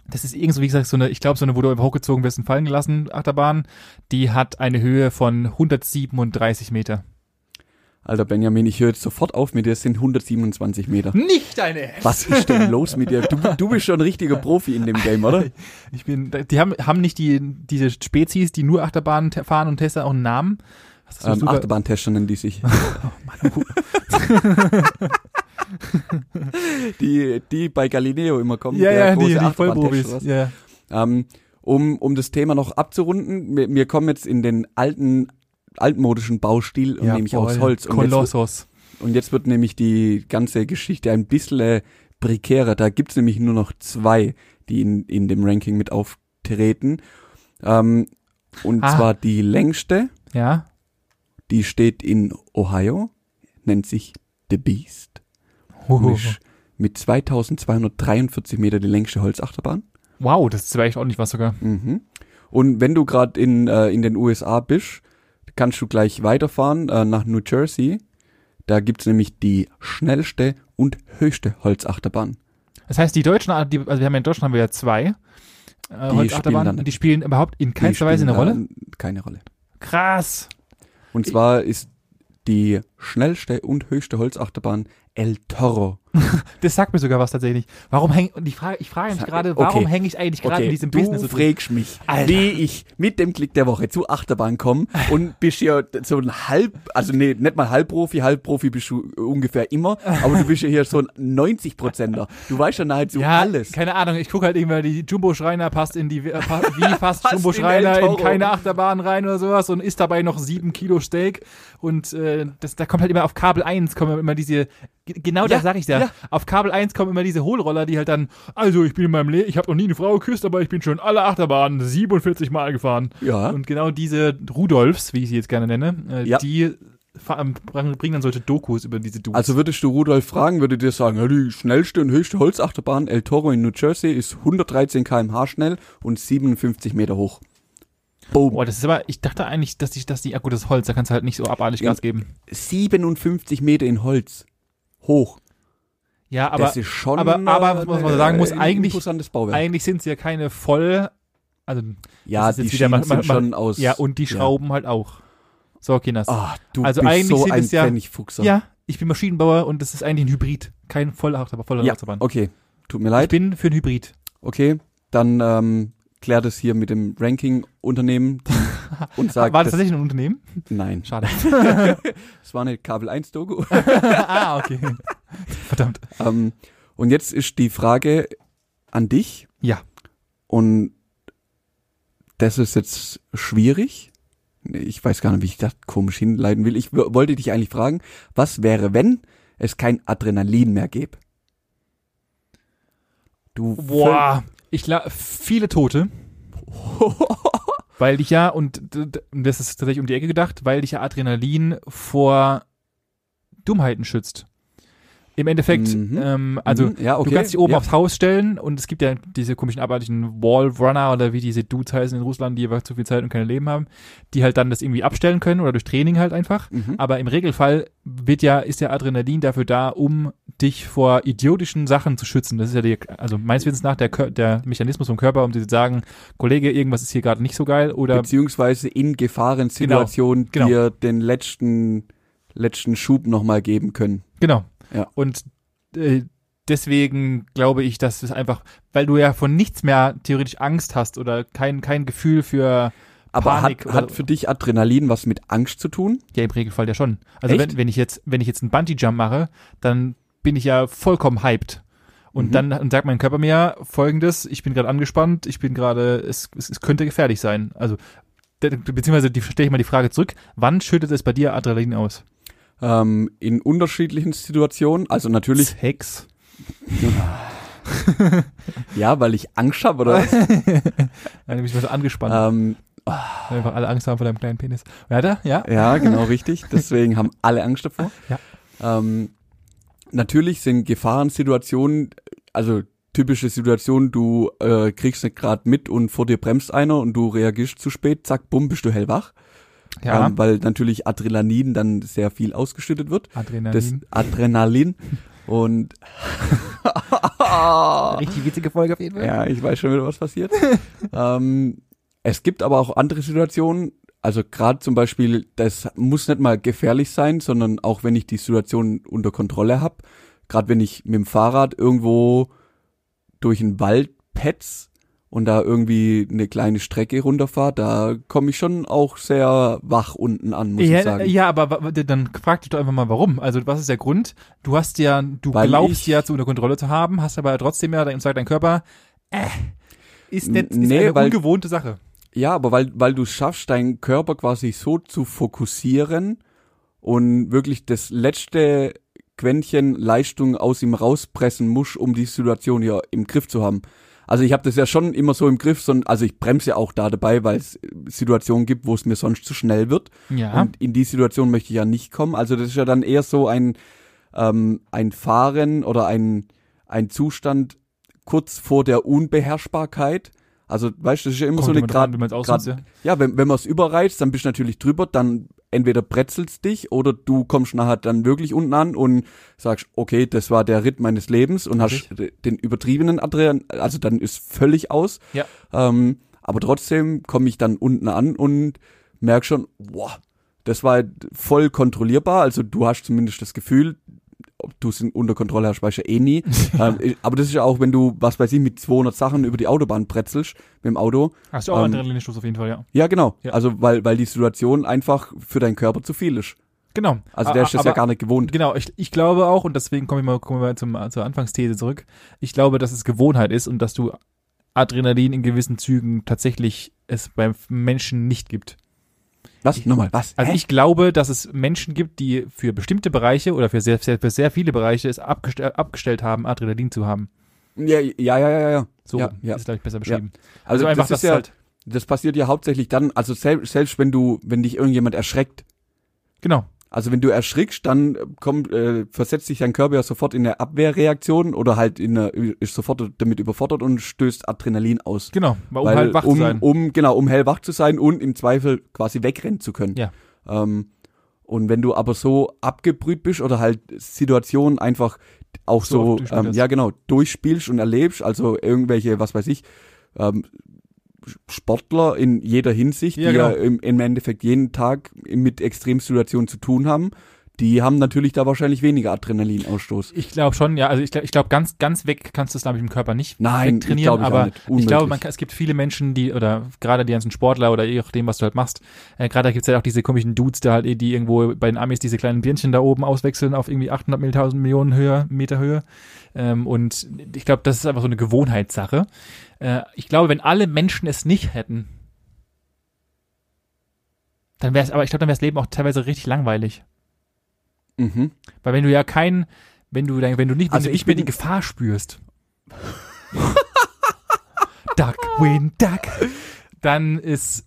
S1: das ist irgend so, wie gesagt, so eine, ich glaube, so eine, wo du einfach hochgezogen wirst und fallen gelassen, Achterbahn, die hat eine Höhe von 137 Meter.
S2: Alter Benjamin, ich höre jetzt sofort auf mit dir. Es sind 127 Meter.
S1: Nicht deine
S2: Was ist denn los mit dir? Du, du bist schon ein richtiger Profi in dem Game, oder?
S1: Ich bin, die haben, haben nicht die, diese Spezies, die nur Achterbahnen te- fahren und testen, auch einen Namen? Was ist das
S2: Ähm,
S1: für ein super-
S2: Achterbahntester nennen die
S1: Oh,
S2: sich. die, die bei Galileo immer kommen.
S1: ja,
S2: der
S1: ja,
S2: große
S1: die, die
S2: Achterbahntester,
S1: Vollprobis.
S2: was?
S1: Ja.
S2: Ähm, um, um das Thema noch abzurunden, wir, wir kommen jetzt in den alten, altmodischen Baustil und nämlich aus Holz. Und jetzt, wird-
S1: Kolossos.
S2: und jetzt wird nämlich die ganze Geschichte ein bisschen äh, prekärer. Da gibt's nämlich nur noch zwei, die in, in dem Ranking mit auftreten. Ähm, und
S1: Ah.
S2: zwar die längste,
S1: Ja.
S2: die steht in Ohio, nennt sich The Beast.
S1: Hoho.
S2: Misch. Mit 2243 Meter die längste Holzachterbahn.
S1: Wow, das ist vielleicht ordentlich was sogar.
S2: Mhm. Und wenn du gerade in, äh, in den USA bist, kannst du gleich weiterfahren äh, nach New Jersey. Da gibt's nämlich die schnellste und höchste Holzachterbahn.
S1: Das heißt, die Deutschen, die, also wir haben ja in Deutschland haben wir ja zwei äh,
S2: Die spielen
S1: Holzachterbahnen,
S2: dann-
S1: die spielen überhaupt in
S2: Die
S1: keinster Weise
S2: spielen
S1: eine Rolle.
S2: da Keine Rolle.
S1: Krass.
S2: Und zwar ist die schnellste und höchste Holzachterbahn El Toro.
S1: Das sagt mir sogar was tatsächlich. Warum häng, und ich frage, ich frage mich
S2: Sag-
S1: gerade, warum
S2: okay.
S1: hänge ich eigentlich gerade in diesem
S2: du
S1: Business so drin?
S2: fragst mich, wie ich mit dem Klick der Woche zu Achterbahn komme und bist ja so ein Halb, also nee, nicht mal Halbprofi, Halbprofi bist du ungefähr immer, aber du bist ja hier so ein 90-Prozenter. Du weißt ja nahezu
S1: Ja,
S2: alles.
S1: keine Ahnung, ich gucke halt immer, die Jumbo Schreiner passt in die, äh, pa wie passt
S2: Passt
S1: Jumbo
S2: in
S1: Schreiner
S2: El
S1: in,
S2: Toro.
S1: keine Achterbahn rein oder sowas und isst dabei noch sieben Kilo Steak und äh, das, da kommt halt immer auf Kabel 1 kommen immer diese, ge- genau das sag ich ja,
S2: ja.
S1: auf Kabel 1 kommen immer diese Hohlroller, die halt dann, also ich bin in meinem Leben, ich habe noch nie eine Frau geküsst, aber ich bin schon alle Achterbahnen 47 Mal gefahren.
S2: Ja,
S1: Und genau diese Rudolfs, wie ich sie jetzt gerne nenne, äh,
S2: Ja.
S1: die fa- ähm, bringen dann solche Dokus über diese Dudes.
S2: also würdest du Rudolf fragen, würde dir sagen, ja, die schnellste und höchste Holzachterbahn El Toro in New Jersey ist 113 km/h schnell und 57 Meter hoch. Boom.
S1: Boah, das ist aber, ich dachte eigentlich, dass die, dass die, ah gut, das ist Holz, da kannst du halt nicht so abartig
S2: Ja.
S1: Gas geben.
S2: 57 Meter in Holz. Hoch.
S1: Ja, aber
S2: das ist schon
S1: aber- aber was man sagen muss,
S2: äh,
S1: eigentlich-
S2: imposantes Bauwerk.
S1: eigentlich sind sie ja keine voll, also,
S2: Ja,
S1: Das ist
S2: die
S1: jetzt wieder mal-
S2: Schienen sind
S1: mal- mal-
S2: schon aus.
S1: ja, und die Schrauben halt auch. So, okay, Nas.
S2: Ah, du
S1: Also
S2: bist
S1: eigentlich
S2: so
S1: sind
S2: ein
S1: es ja-
S2: Pfennigfuchser.
S1: Ja, ich bin Maschinenbauer und das ist eigentlich ein Hybrid. Kein Vollhacht, aber voller
S2: Ja,
S1: Achterbahn.
S2: okay. Tut mir
S1: Ich
S2: leid.
S1: bin für ein Hybrid.
S2: Okay, dann ähm, klär das hier mit dem Ranking-Unternehmen und sag,
S1: War das
S2: das,
S1: tatsächlich ein Unternehmen?
S2: nein,
S1: Schade.
S2: das war eine Kabel-1-Doku.
S1: ah, okay. Verdammt.
S2: ähm, und jetzt ist die Frage an dich.
S1: Ja.
S2: Und das ist jetzt schwierig. Nee, Ich weiß gar nicht, wie ich das komisch hinleiten will. Ich w- wollte dich eigentlich fragen, was wäre, wenn es kein Adrenalin mehr gäbe? Du
S1: Boah. Ich la viele Tote. Weil dich ja, und d- d- und das ist tatsächlich um die Ecke gedacht, weil dich ja Adrenalin vor Dummheiten schützt. Im Endeffekt,
S2: Mhm.
S1: ähm, also
S2: Mhm. ja, okay.
S1: du kannst dich oben
S2: ja.
S1: aufs Haus stellen und es gibt ja diese komischen abartigen Wallrunner oder wie diese Dudes heißen in Russland, die einfach zu viel Zeit und kein Leben haben, die halt dann das irgendwie abstellen können oder durch Training halt einfach.
S2: Mhm.
S1: Aber im Regelfall wird ja, ist ja Adrenalin dafür da, um dich vor idiotischen Sachen zu schützen. Das ist ja die, also meines Wissens nach der, Kör- der Mechanismus vom Körper, um dir zu sagen, Kollege, irgendwas ist hier gerade nicht so geil oder
S2: Beziehungsweise in Gefahrensituationen
S1: Genau, genau.
S2: dir den letzten, letzten Schub nochmal geben können.
S1: Genau.
S2: Ja.
S1: Und äh, deswegen glaube ich, dass es einfach, weil du ja von nichts mehr theoretisch Angst hast oder kein, kein Gefühl für,
S2: Aber
S1: Panik
S2: hat,
S1: oder
S2: hat
S1: so.
S2: für dich Adrenalin was mit Angst zu tun?
S1: ja im Regelfall ja schon. Also
S2: Echt?
S1: wenn, wenn ich jetzt, wenn ich jetzt einen Bungee-Jump mache, dann bin ich ja vollkommen hyped. Und
S2: Mhm.
S1: dann dann sagt mein Körper mir folgendes, ich bin gerade angespannt, ich bin gerade, es, es, es könnte gefährlich sein. Also, de- beziehungsweise die, stelle ich mal die Frage zurück, wann schüttet es bei dir Adrenalin aus?
S2: Ähm, in unterschiedlichen Situationen. Also natürlich,
S1: Sex.
S2: ja, weil ich Angst habe oder was.
S1: Dann bin ich mal so angespannt,
S2: ähm,
S1: weil einfach alle Angst haben vor deinem kleinen Penis. Weiter? Ja?
S2: ja, genau richtig. Deswegen haben alle Angst davor.
S1: Ja.
S2: Ähm, natürlich sind Gefahrensituationen, also typische Situation, du äh, kriegst nicht gerade mit und vor dir bremst einer und du reagierst zu spät, zack, bumm, bist du hellwach.
S1: Ja.
S2: ähm, weil natürlich Adrenalin dann sehr viel ausgeschüttet wird. Das
S1: Adrenalin.
S2: Adrenalin. Und
S1: Richtig witzige Folge auf jeden
S2: ja, ich weiß schon wieder, was passiert. ähm, es gibt aber auch andere Situationen. Also gerade zum Beispiel, das muss nicht mal gefährlich sein, sondern auch wenn ich die Situation unter Kontrolle habe, gerade wenn ich mit dem Fahrrad irgendwo durch den Wald petz und da irgendwie eine kleine Strecke runterfahre, da komme ich schon auch sehr wach unten an, muss ich
S1: Ja,
S2: sagen.
S1: ja, aber wa- wa- dann frag dich doch einfach mal, warum. Also was ist der Grund? Du hast ja, du
S2: Weil
S1: glaubst
S2: ich-
S1: ja, zu unter Kontrolle zu haben, hast aber trotzdem ja, dann sagt dein Körper, äh, ist, nicht, ist
S2: Nee,
S1: eine
S2: weil-
S1: ungewohnte Sache.
S2: Ja, aber weil, weil du es schaffst, deinen Körper quasi so zu fokussieren und wirklich das letzte Quäntchen Leistung aus ihm rauspressen musst, um die Situation hier im Griff zu haben. Also ich habe das ja schon immer so im Griff, sondern, also ich bremse ja auch da dabei, weil es Situationen gibt, wo es mir sonst zu schnell wird.
S1: Ja.
S2: Und in die Situation möchte ich ja nicht kommen. Also das ist ja dann eher so ein, ähm, ein Fahren oder ein, ein Zustand kurz vor der Unbeherrschbarkeit. Also weißt du, das ist ja immer
S1: Kommt
S2: so eine
S1: immer drauf an,
S2: Grad,
S1: wie man's ausnutzt, ja.
S2: ja, wenn, wenn man es überreizt, dann bist du natürlich drüber, dann entweder brezelst dich oder du kommst nachher dann wirklich unten an und sagst, okay, das war der Ritt meines Lebens und hast den übertriebenen Adrian, also dann ist völlig aus.
S1: Ja.
S2: Ähm, aber trotzdem komme ich dann unten an und merk schon, boah, das war halt voll kontrollierbar. Also du hast zumindest das Gefühl, ob du es in- unter Kontrolle hast, weißt du eh nie. ähm, aber das ist ja auch, wenn du, was weiß ich, mit 200 Sachen über die Autobahn brezelst mit dem Auto,
S1: Hast du auch
S2: Ähm,
S1: einen Adrenalinstoß auf jeden Fall, ja.
S2: ja, genau.
S1: Ja.
S2: Also weil, weil die Situation einfach für deinen Körper zu viel ist.
S1: Genau.
S2: Also der ist das ja gar nicht gewohnt.
S1: Genau, ich, ich glaube auch, und deswegen komme ich mal, komme ich mal zum, zur Anfangsthese zurück, ich glaube, dass es Gewohnheit ist und dass du Adrenalin in gewissen Zügen tatsächlich es beim Menschen nicht gibt.
S2: Was? Nochmal, was?
S1: Also
S2: Hä?
S1: ich glaube, dass es Menschen gibt, die für bestimmte Bereiche oder für sehr, sehr, für sehr viele Bereiche es abgestell, abgestellt haben, Adrenalin zu haben.
S2: ja, ja, ja, ja, ja.
S1: So
S2: Ja, ja.
S1: ist, glaube ich, besser beschrieben.
S2: Also,
S1: einfach
S2: das, ist
S1: dass
S2: ja,
S1: halt.
S2: das passiert ja hauptsächlich dann, also selbst, selbst wenn du, wenn dich irgendjemand erschreckt,
S1: Genau.
S2: also wenn du erschrickst, dann äh, kommt, äh, versetzt sich dein Körper ja sofort in eine Abwehrreaktion oder halt in eine, ist sofort damit überfordert und stößt Adrenalin aus.
S1: Genau. Weil, um
S2: Weil,
S1: halt wach
S2: um,
S1: zu sein.
S2: Um, genau, um hellwach zu sein und im Zweifel quasi wegrennen zu können.
S1: Ja.
S2: Ähm, und wenn du aber so abgebrüht bist oder halt Situationen einfach auch
S1: So
S2: so,
S1: oft durchspielst.
S2: ähm, ja genau, durchspielst und erlebst, also irgendwelche, was weiß ich, ähm, Sportler in jeder Hinsicht,
S1: Ja,
S2: die ja
S1: genau.
S2: im, im Endeffekt jeden Tag mit Extremsituationen zu tun haben, die haben natürlich da wahrscheinlich weniger Adrenalinausstoß.
S1: Ich glaube schon, ja. Also ich glaube, ich glaub, ganz, ganz weg kannst du es, glaube ich, im Körper nicht
S2: Nein,
S1: wegtrainieren.
S2: glaub ich auch
S1: aber
S2: nicht.
S1: ich
S2: Unmöglich.
S1: glaube, man kann, es gibt viele Menschen, die, oder gerade die ganzen Sportler oder je nachdem, was du halt machst, äh, gerade da gibt es halt auch diese komischen Dudes, da halt, eh, die irgendwo bei den Amis diese kleinen Birnchen da oben auswechseln auf irgendwie 800 Millionen Millionen Höhe, Meter Höhe. Ähm, und ich glaube, das ist einfach so eine Gewohnheitssache. Äh, ich glaube, wenn alle Menschen es nicht hätten, dann wäre es, aber ich glaube, dann wäre das Leben auch teilweise richtig langweilig.
S2: Mhm.
S1: Weil wenn du ja keinen, wenn du dein, wenn du nicht, wenn
S2: Also
S1: du
S2: ich
S1: nicht mehr die
S2: bin-
S1: Gefahr spürst. duck, win, duck. Dann ist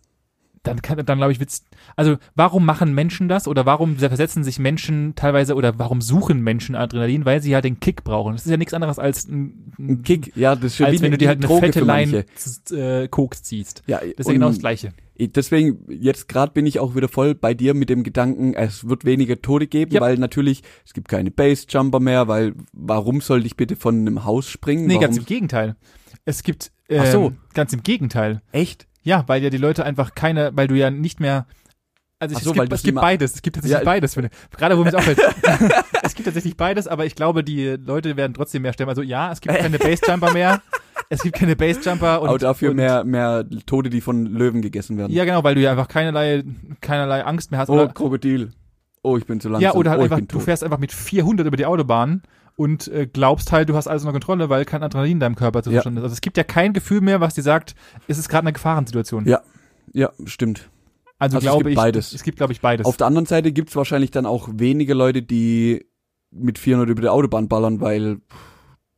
S1: dann kann, dann glaube ich, wird's, also warum machen Menschen das oder warum versetzen sich Menschen teilweise oder warum suchen Menschen Adrenalin? Weil sie halt den Kick brauchen. Das ist ja nichts anderes als ein,
S2: Ein Kick, ja, das ist schon
S1: als
S2: wie
S1: wenn du dir halt eine
S2: Droge
S1: fette
S2: für manche.
S1: Line z- äh, Koks ziehst.
S2: Ja,
S1: Das ist ja genau das Gleiche.
S2: Deswegen, jetzt gerade bin ich auch wieder voll bei dir mit dem Gedanken, es wird weniger Tode geben,
S1: Ja.
S2: weil natürlich, es gibt keine Base-Jumper mehr, weil warum sollte ich bitte von einem Haus springen?
S1: Nee,
S2: warum?
S1: ganz im Gegenteil. Es gibt, ähm,
S2: Ach so.
S1: ganz im Gegenteil.
S2: echt?
S1: Ja, weil ja die Leute einfach keine, weil du ja nicht mehr, also
S2: Ach
S1: ich,
S2: so,
S1: es
S2: weil
S1: gibt,
S2: du
S1: es
S2: sie
S1: gibt
S2: ma-
S1: beides, es gibt tatsächlich
S2: Ja.
S1: beides, finde ich. gerade wo mir es auffällt. es gibt tatsächlich beides, aber ich glaube, die Leute werden trotzdem mehr sterben. Also ja, es gibt keine Basejumper mehr, es gibt keine Basejumper und
S2: Aber dafür
S1: und,
S2: mehr, mehr Tode, die von Löwen gegessen werden.
S1: Ja, genau, weil du ja einfach keinerlei, keinerlei Angst mehr hast.
S2: oh,
S1: oder,
S2: Krokodil. Oh, ich bin zu langsam.
S1: ja, oder halt
S2: oh, ich
S1: einfach,
S2: bin
S1: du
S2: tot.
S1: fährst einfach mit 400 über die Autobahn und äh, glaubst halt, du hast alles unter Kontrolle, weil kein Adrenalin in deinem Körper zu
S2: Ja.
S1: verstanden ist. Also es gibt ja kein Gefühl mehr, was dir sagt, es ist gerade eine Gefahrensituation.
S2: Ja. ja, stimmt.
S1: Also,
S2: Also es
S1: glaube
S2: gibt
S1: ich,
S2: beides.
S1: es gibt, glaube ich, beides.
S2: Auf der anderen Seite gibt's wahrscheinlich dann auch wenige Leute, die mit 400 über die Autobahn ballern, weil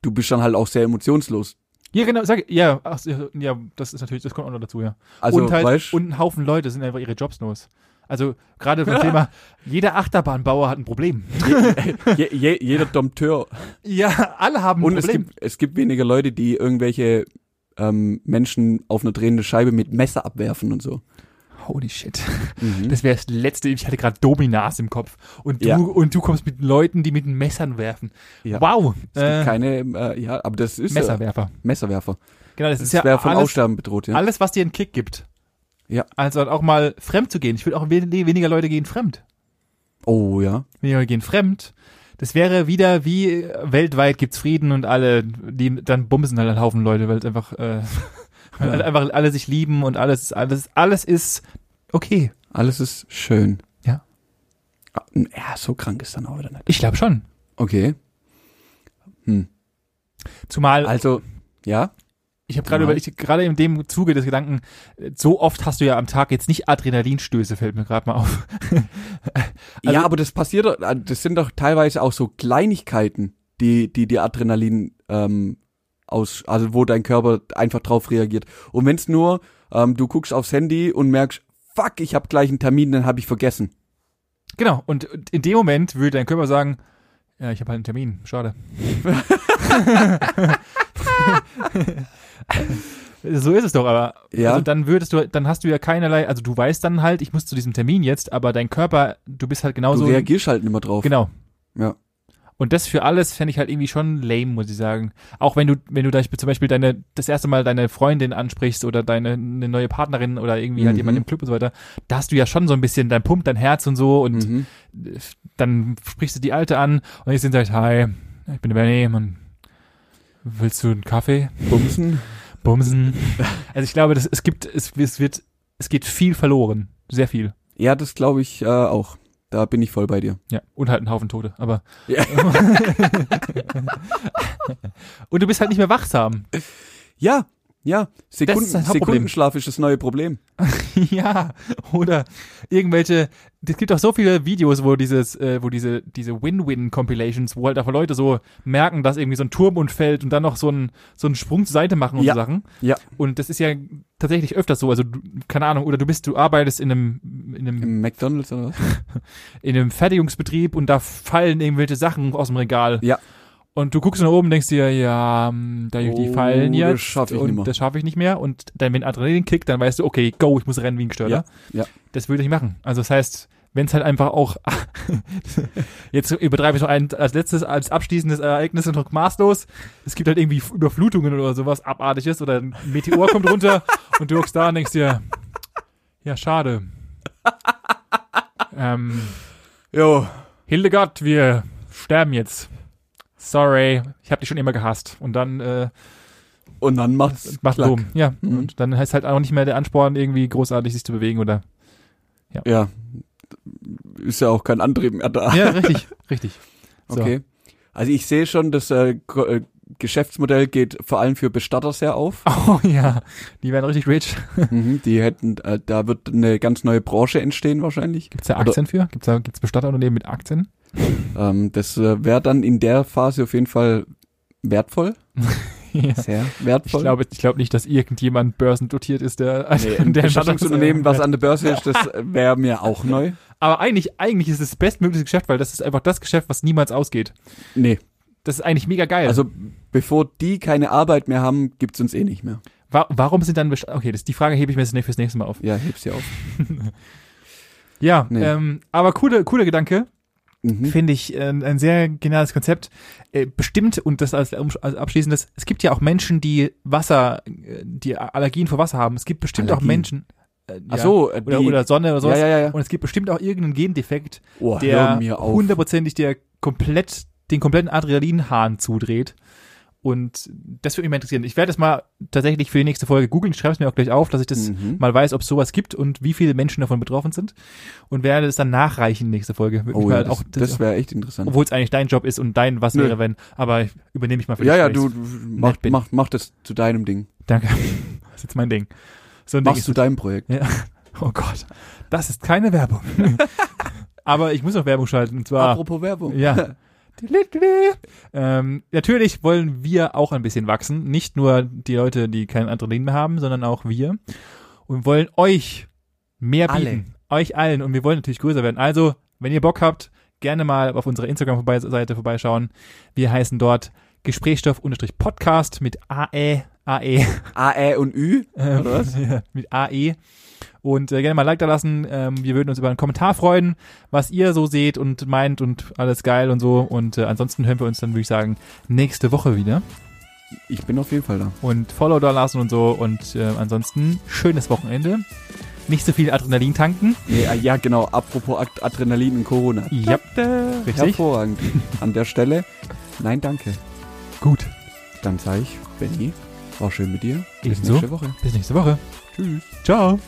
S2: du bist dann halt auch sehr emotionslos.
S1: Ja, genau, sag, ja, ach, so, ja, das ist natürlich, das kommt auch noch dazu, ja.
S2: Also,
S1: und halt,
S2: weißt,
S1: und ein Haufen Leute sind einfach ihre Jobs los. Also, gerade beim Thema, jeder Achterbahnbauer hat ein Problem.
S2: je, je, jeder Dompteur
S1: Ja, alle haben ein
S2: Und es
S1: Problem.
S2: gibt, es gibt weniger Leute, die irgendwelche ähm, Menschen auf eine drehende Scheibe mit Messer abwerfen und so.
S1: Holy shit.
S2: Mhm.
S1: Das wäre das letzte, ich hatte gerade Dominas im Kopf. Und du,
S2: Ja.
S1: und du kommst mit Leuten, die mit Messern werfen.
S2: Ja.
S1: Wow.
S2: Es gibt
S1: Äh,
S2: keine, äh, ja, aber das ist ja,
S1: Messerwerfer.
S2: Messerwerfer.
S1: Genau, das
S2: Das
S1: ist ja
S2: wäre vom
S1: alles,
S2: Aussterben bedroht, ja.
S1: alles, was dir einen Kick gibt.
S2: Ja.
S1: Also auch mal fremd zu gehen. Ich würde auch we- weniger Leute gehen fremd.
S2: Oh ja.
S1: Weniger Leute gehen fremd. Das wäre wieder wie äh, weltweit gibt's Frieden und alle, die dann bumsen halt ein Haufen Leute, weil es einfach, äh, weil halt einfach alle sich lieben und alles, alles, alles ist okay.
S2: Alles ist schön.
S1: Ja.
S2: Ah, n- Ja, so krank ist dann auch wieder nicht.
S1: Ich glaube schon.
S2: Okay.
S1: Zumal
S2: Also, ja.
S1: Ich habe gerade
S2: Genau.
S1: überlegt, gerade in dem Zuge des Gedanken, äh, so oft hast du ja am Tag jetzt nicht Adrenalinstöße, fällt mir gerade mal auf. Also-
S2: ja, aber das passiert doch, äh, das sind doch teilweise auch so Kleinigkeiten, die, die dir Adrenalin ähm, aus, also wo dein Körper einfach drauf reagiert. Und wenn's nur, ähm, du guckst aufs Handy und merkst, fuck, ich habe gleich einen Termin, dann habe ich vergessen.
S1: Genau, und und in dem Moment würde dein Körper sagen, ja, ich habe halt einen Termin, schade. so ist es doch, aber
S2: Ja.
S1: also dann würdest du, dann hast du ja keinerlei, also du weißt dann halt, ich muss zu diesem Termin jetzt, aber dein Körper, du bist halt
S2: Du
S1: genauso.
S2: reagierst halt nicht mehr drauf.
S1: Genau.
S2: Ja.
S1: Und das für alles fände ich halt irgendwie schon lame, muss ich sagen. Auch wenn du, wenn du da zum Beispiel deine, das erste Mal deine Freundin ansprichst oder deine eine neue Partnerin oder irgendwie halt
S2: Mhm.
S1: jemand im Club und so weiter, da hast du ja schon so ein bisschen, dann pumpt dein Herz und so und
S2: Mhm.
S1: äh, dann sprichst du die Alte an und ich sind halt, hi, ich bin der Benny und willst du einen Kaffee?
S2: Bumsen.
S1: Bumsen. also ich glaube, das, es gibt, es, es wird, es geht viel verloren. Sehr viel.
S2: Ja, das glaube ich äh, auch. Da bin ich voll bei dir.
S1: Ja, und halt einen Haufen Tote, aber.
S2: Ja.
S1: und du bist halt nicht mehr wachsam.
S2: Ja, ja. Sekunden,
S1: Das ist das Hauptproblem.
S2: Sekundenschlaf ist das neue Problem.
S1: ja, oder irgendwelche. Es gibt auch so viele Videos, wo dieses, äh, wo diese, diese Win-Win-Compilations, wo halt einfach Leute so merken, dass irgendwie so ein Turm unfällt und dann noch so ein, so einen Sprung zur Seite machen und
S2: Ja.
S1: so Sachen.
S2: Ja.
S1: Und das ist ja tatsächlich öfters so. Also, du, keine Ahnung, oder du bist, du arbeitest in einem, in einem
S2: Im McDonalds oder was?
S1: in einem Fertigungsbetrieb und da fallen irgendwelche Sachen aus dem Regal.
S2: Ja.
S1: Und du guckst nach oben und denkst dir, ja, hm, da die
S2: Oh,
S1: fallen
S2: das
S1: jetzt.
S2: schaff ich
S1: und
S2: nicht mehr.
S1: Das schaffe ich nicht mehr. Und dann, wenn Adrenalin kickt, dann weißt du, okay, go, ich muss rennen wie ein Gestörter.
S2: Ja, ja.
S1: Das würde ich machen. Also das heißt, wenn es halt einfach auch, jetzt übertreibe ich noch ein, als letztes, als abschließendes Ereignis noch maßlos. Es gibt halt irgendwie Überflutungen oder sowas Abartiges oder ein Meteor kommt runter und du guckst da und denkst dir, ja, schade. ähm,
S2: Jo.
S1: Hildegard, wir sterben jetzt. Sorry, ich habe dich schon immer gehasst. Und dann äh,
S2: Und dann macht's
S1: macht
S2: klack.
S1: Boom. Ja,
S2: Mhm.
S1: und dann heißt halt auch nicht mehr der Ansporn, irgendwie großartig sich zu bewegen oder.
S2: Ja. Ist ja auch kein Antrieb mehr da.
S1: Ja, richtig, richtig. So.
S2: Okay. Also ich sehe schon, das äh, Ko- äh, Geschäftsmodell geht vor allem für Bestatter sehr auf.
S1: Oh ja, die werden richtig rich.
S2: mhm, die hätten, äh, da wird eine ganz neue Branche entstehen wahrscheinlich.
S1: Gibt's da
S2: Oder-
S1: Aktien für? Gibt's da gibt's Bestatterunternehmen mit Aktien?
S2: Ähm, das äh, wäre dann in der Phase auf jeden Fall wertvoll.
S1: Ja.
S2: Sehr
S1: Ich
S2: wertvoll.
S1: glaube ich glaube nicht, dass irgendjemand börsendotiert ist, der,
S2: nee, ein
S1: der
S2: Bestattungsunternehmen, was an der Börse ist, das wäre mir auch neu.
S1: Aber eigentlich, eigentlich ist es das bestmögliche Geschäft, weil das ist einfach das Geschäft, was niemals ausgeht.
S2: Nee,
S1: Das ist eigentlich mega geil.
S2: also bevor die keine Arbeit mehr haben, gibt's uns eh nicht mehr.
S1: Wa warum sind dann. Best okay, das, die Frage hebe ich mir jetzt nicht fürs nächste Mal auf.
S2: Ja, heb's ja auf.
S1: Ja,
S2: Nee.
S1: ähm, aber coole, cooler Gedanke.
S2: Mhm.
S1: Finde ich äh, ein sehr geniales Konzept. Äh, bestimmt, und das als, um- als abschließendes, es gibt ja auch Menschen, die Wasser, äh, die Allergien vor Wasser haben. Es gibt bestimmt auch
S2: Allergien.
S1: Menschen. Äh,
S2: Ach so, äh,
S1: Oder,
S2: die-
S1: oder Sonne oder
S2: ja,
S1: sowas.
S2: ja, ja. ja.
S1: Und es gibt bestimmt auch irgendeinen Gendefekt,
S2: Oh,
S1: der
S2: hör mir auf.
S1: hundertprozentig der komplett, den kompletten Adrenalinhahn zudreht. Und das würde mich mal interessieren. Ich werde das mal tatsächlich für die nächste Folge googeln. Ich schreibe es mir auch gleich auf, dass ich das
S2: Mhm.
S1: mal weiß, ob es sowas gibt und wie viele Menschen davon betroffen sind. Und werde es dann nachreichen nächste Folge. Würde mich
S2: Oh,
S1: mal
S2: ja, das,
S1: auch-
S2: das, wäre echt interessant.
S1: obwohl es eigentlich dein Job ist und dein was
S2: Nö.
S1: wäre wenn, aber ich- übernehme ich mal für
S2: Ja,
S1: dich.
S2: ja,
S1: Grace.
S2: du, du mach,
S1: bin.
S2: mach, mach das zu deinem Ding.
S1: Danke. Das ist jetzt mein Ding. So ein Ding
S2: Machst
S1: ist,
S2: zu deinem Projekt.
S1: oh Gott, das ist keine Werbung. aber ich muss noch Werbung schalten und zwar
S2: Apropos Werbung.
S1: Ja. Diddle-diddle. ähm, natürlich wollen wir auch ein bisschen wachsen. Nicht nur die Leute, die kein Adrenalin mehr haben, sondern auch wir. Und wollen euch mehr
S2: Alle.
S1: bieten. Euch allen. Und wir wollen natürlich größer werden. Also, wenn ihr Bock habt, gerne mal auf unserer Instagram-Seite vorbeischauen. Wir heißen dort Gesprächsstoff-Podcast mit E, AE. AE.
S2: A, Ä und Ü.
S1: Ähm,
S2: Oder was?
S1: ja, mit AE. Und äh, gerne mal ein Like da lassen. Ähm, wir würden uns über einen Kommentar freuen, was ihr so seht und meint und alles geil und so. Und äh, ansonsten hören wir uns dann, würde ich sagen, nächste Woche wieder.
S2: Ich bin auf jeden Fall da.
S1: Und Follow da lassen und so. Und äh, ansonsten schönes Wochenende. Nicht so viel Adrenalin tanken.
S2: Nee, ah, ja, genau. Apropos Ad- Adrenalin und Corona.
S1: Ja, richtig.
S2: Hervorragend. An der Stelle, nein, danke.
S1: Gut.
S2: Dann sage ich, Benny, war schön mit dir. Bis
S1: Ebenso.
S2: nächste Woche.
S1: Bis nächste Woche.
S2: Tschüss.
S1: Ciao.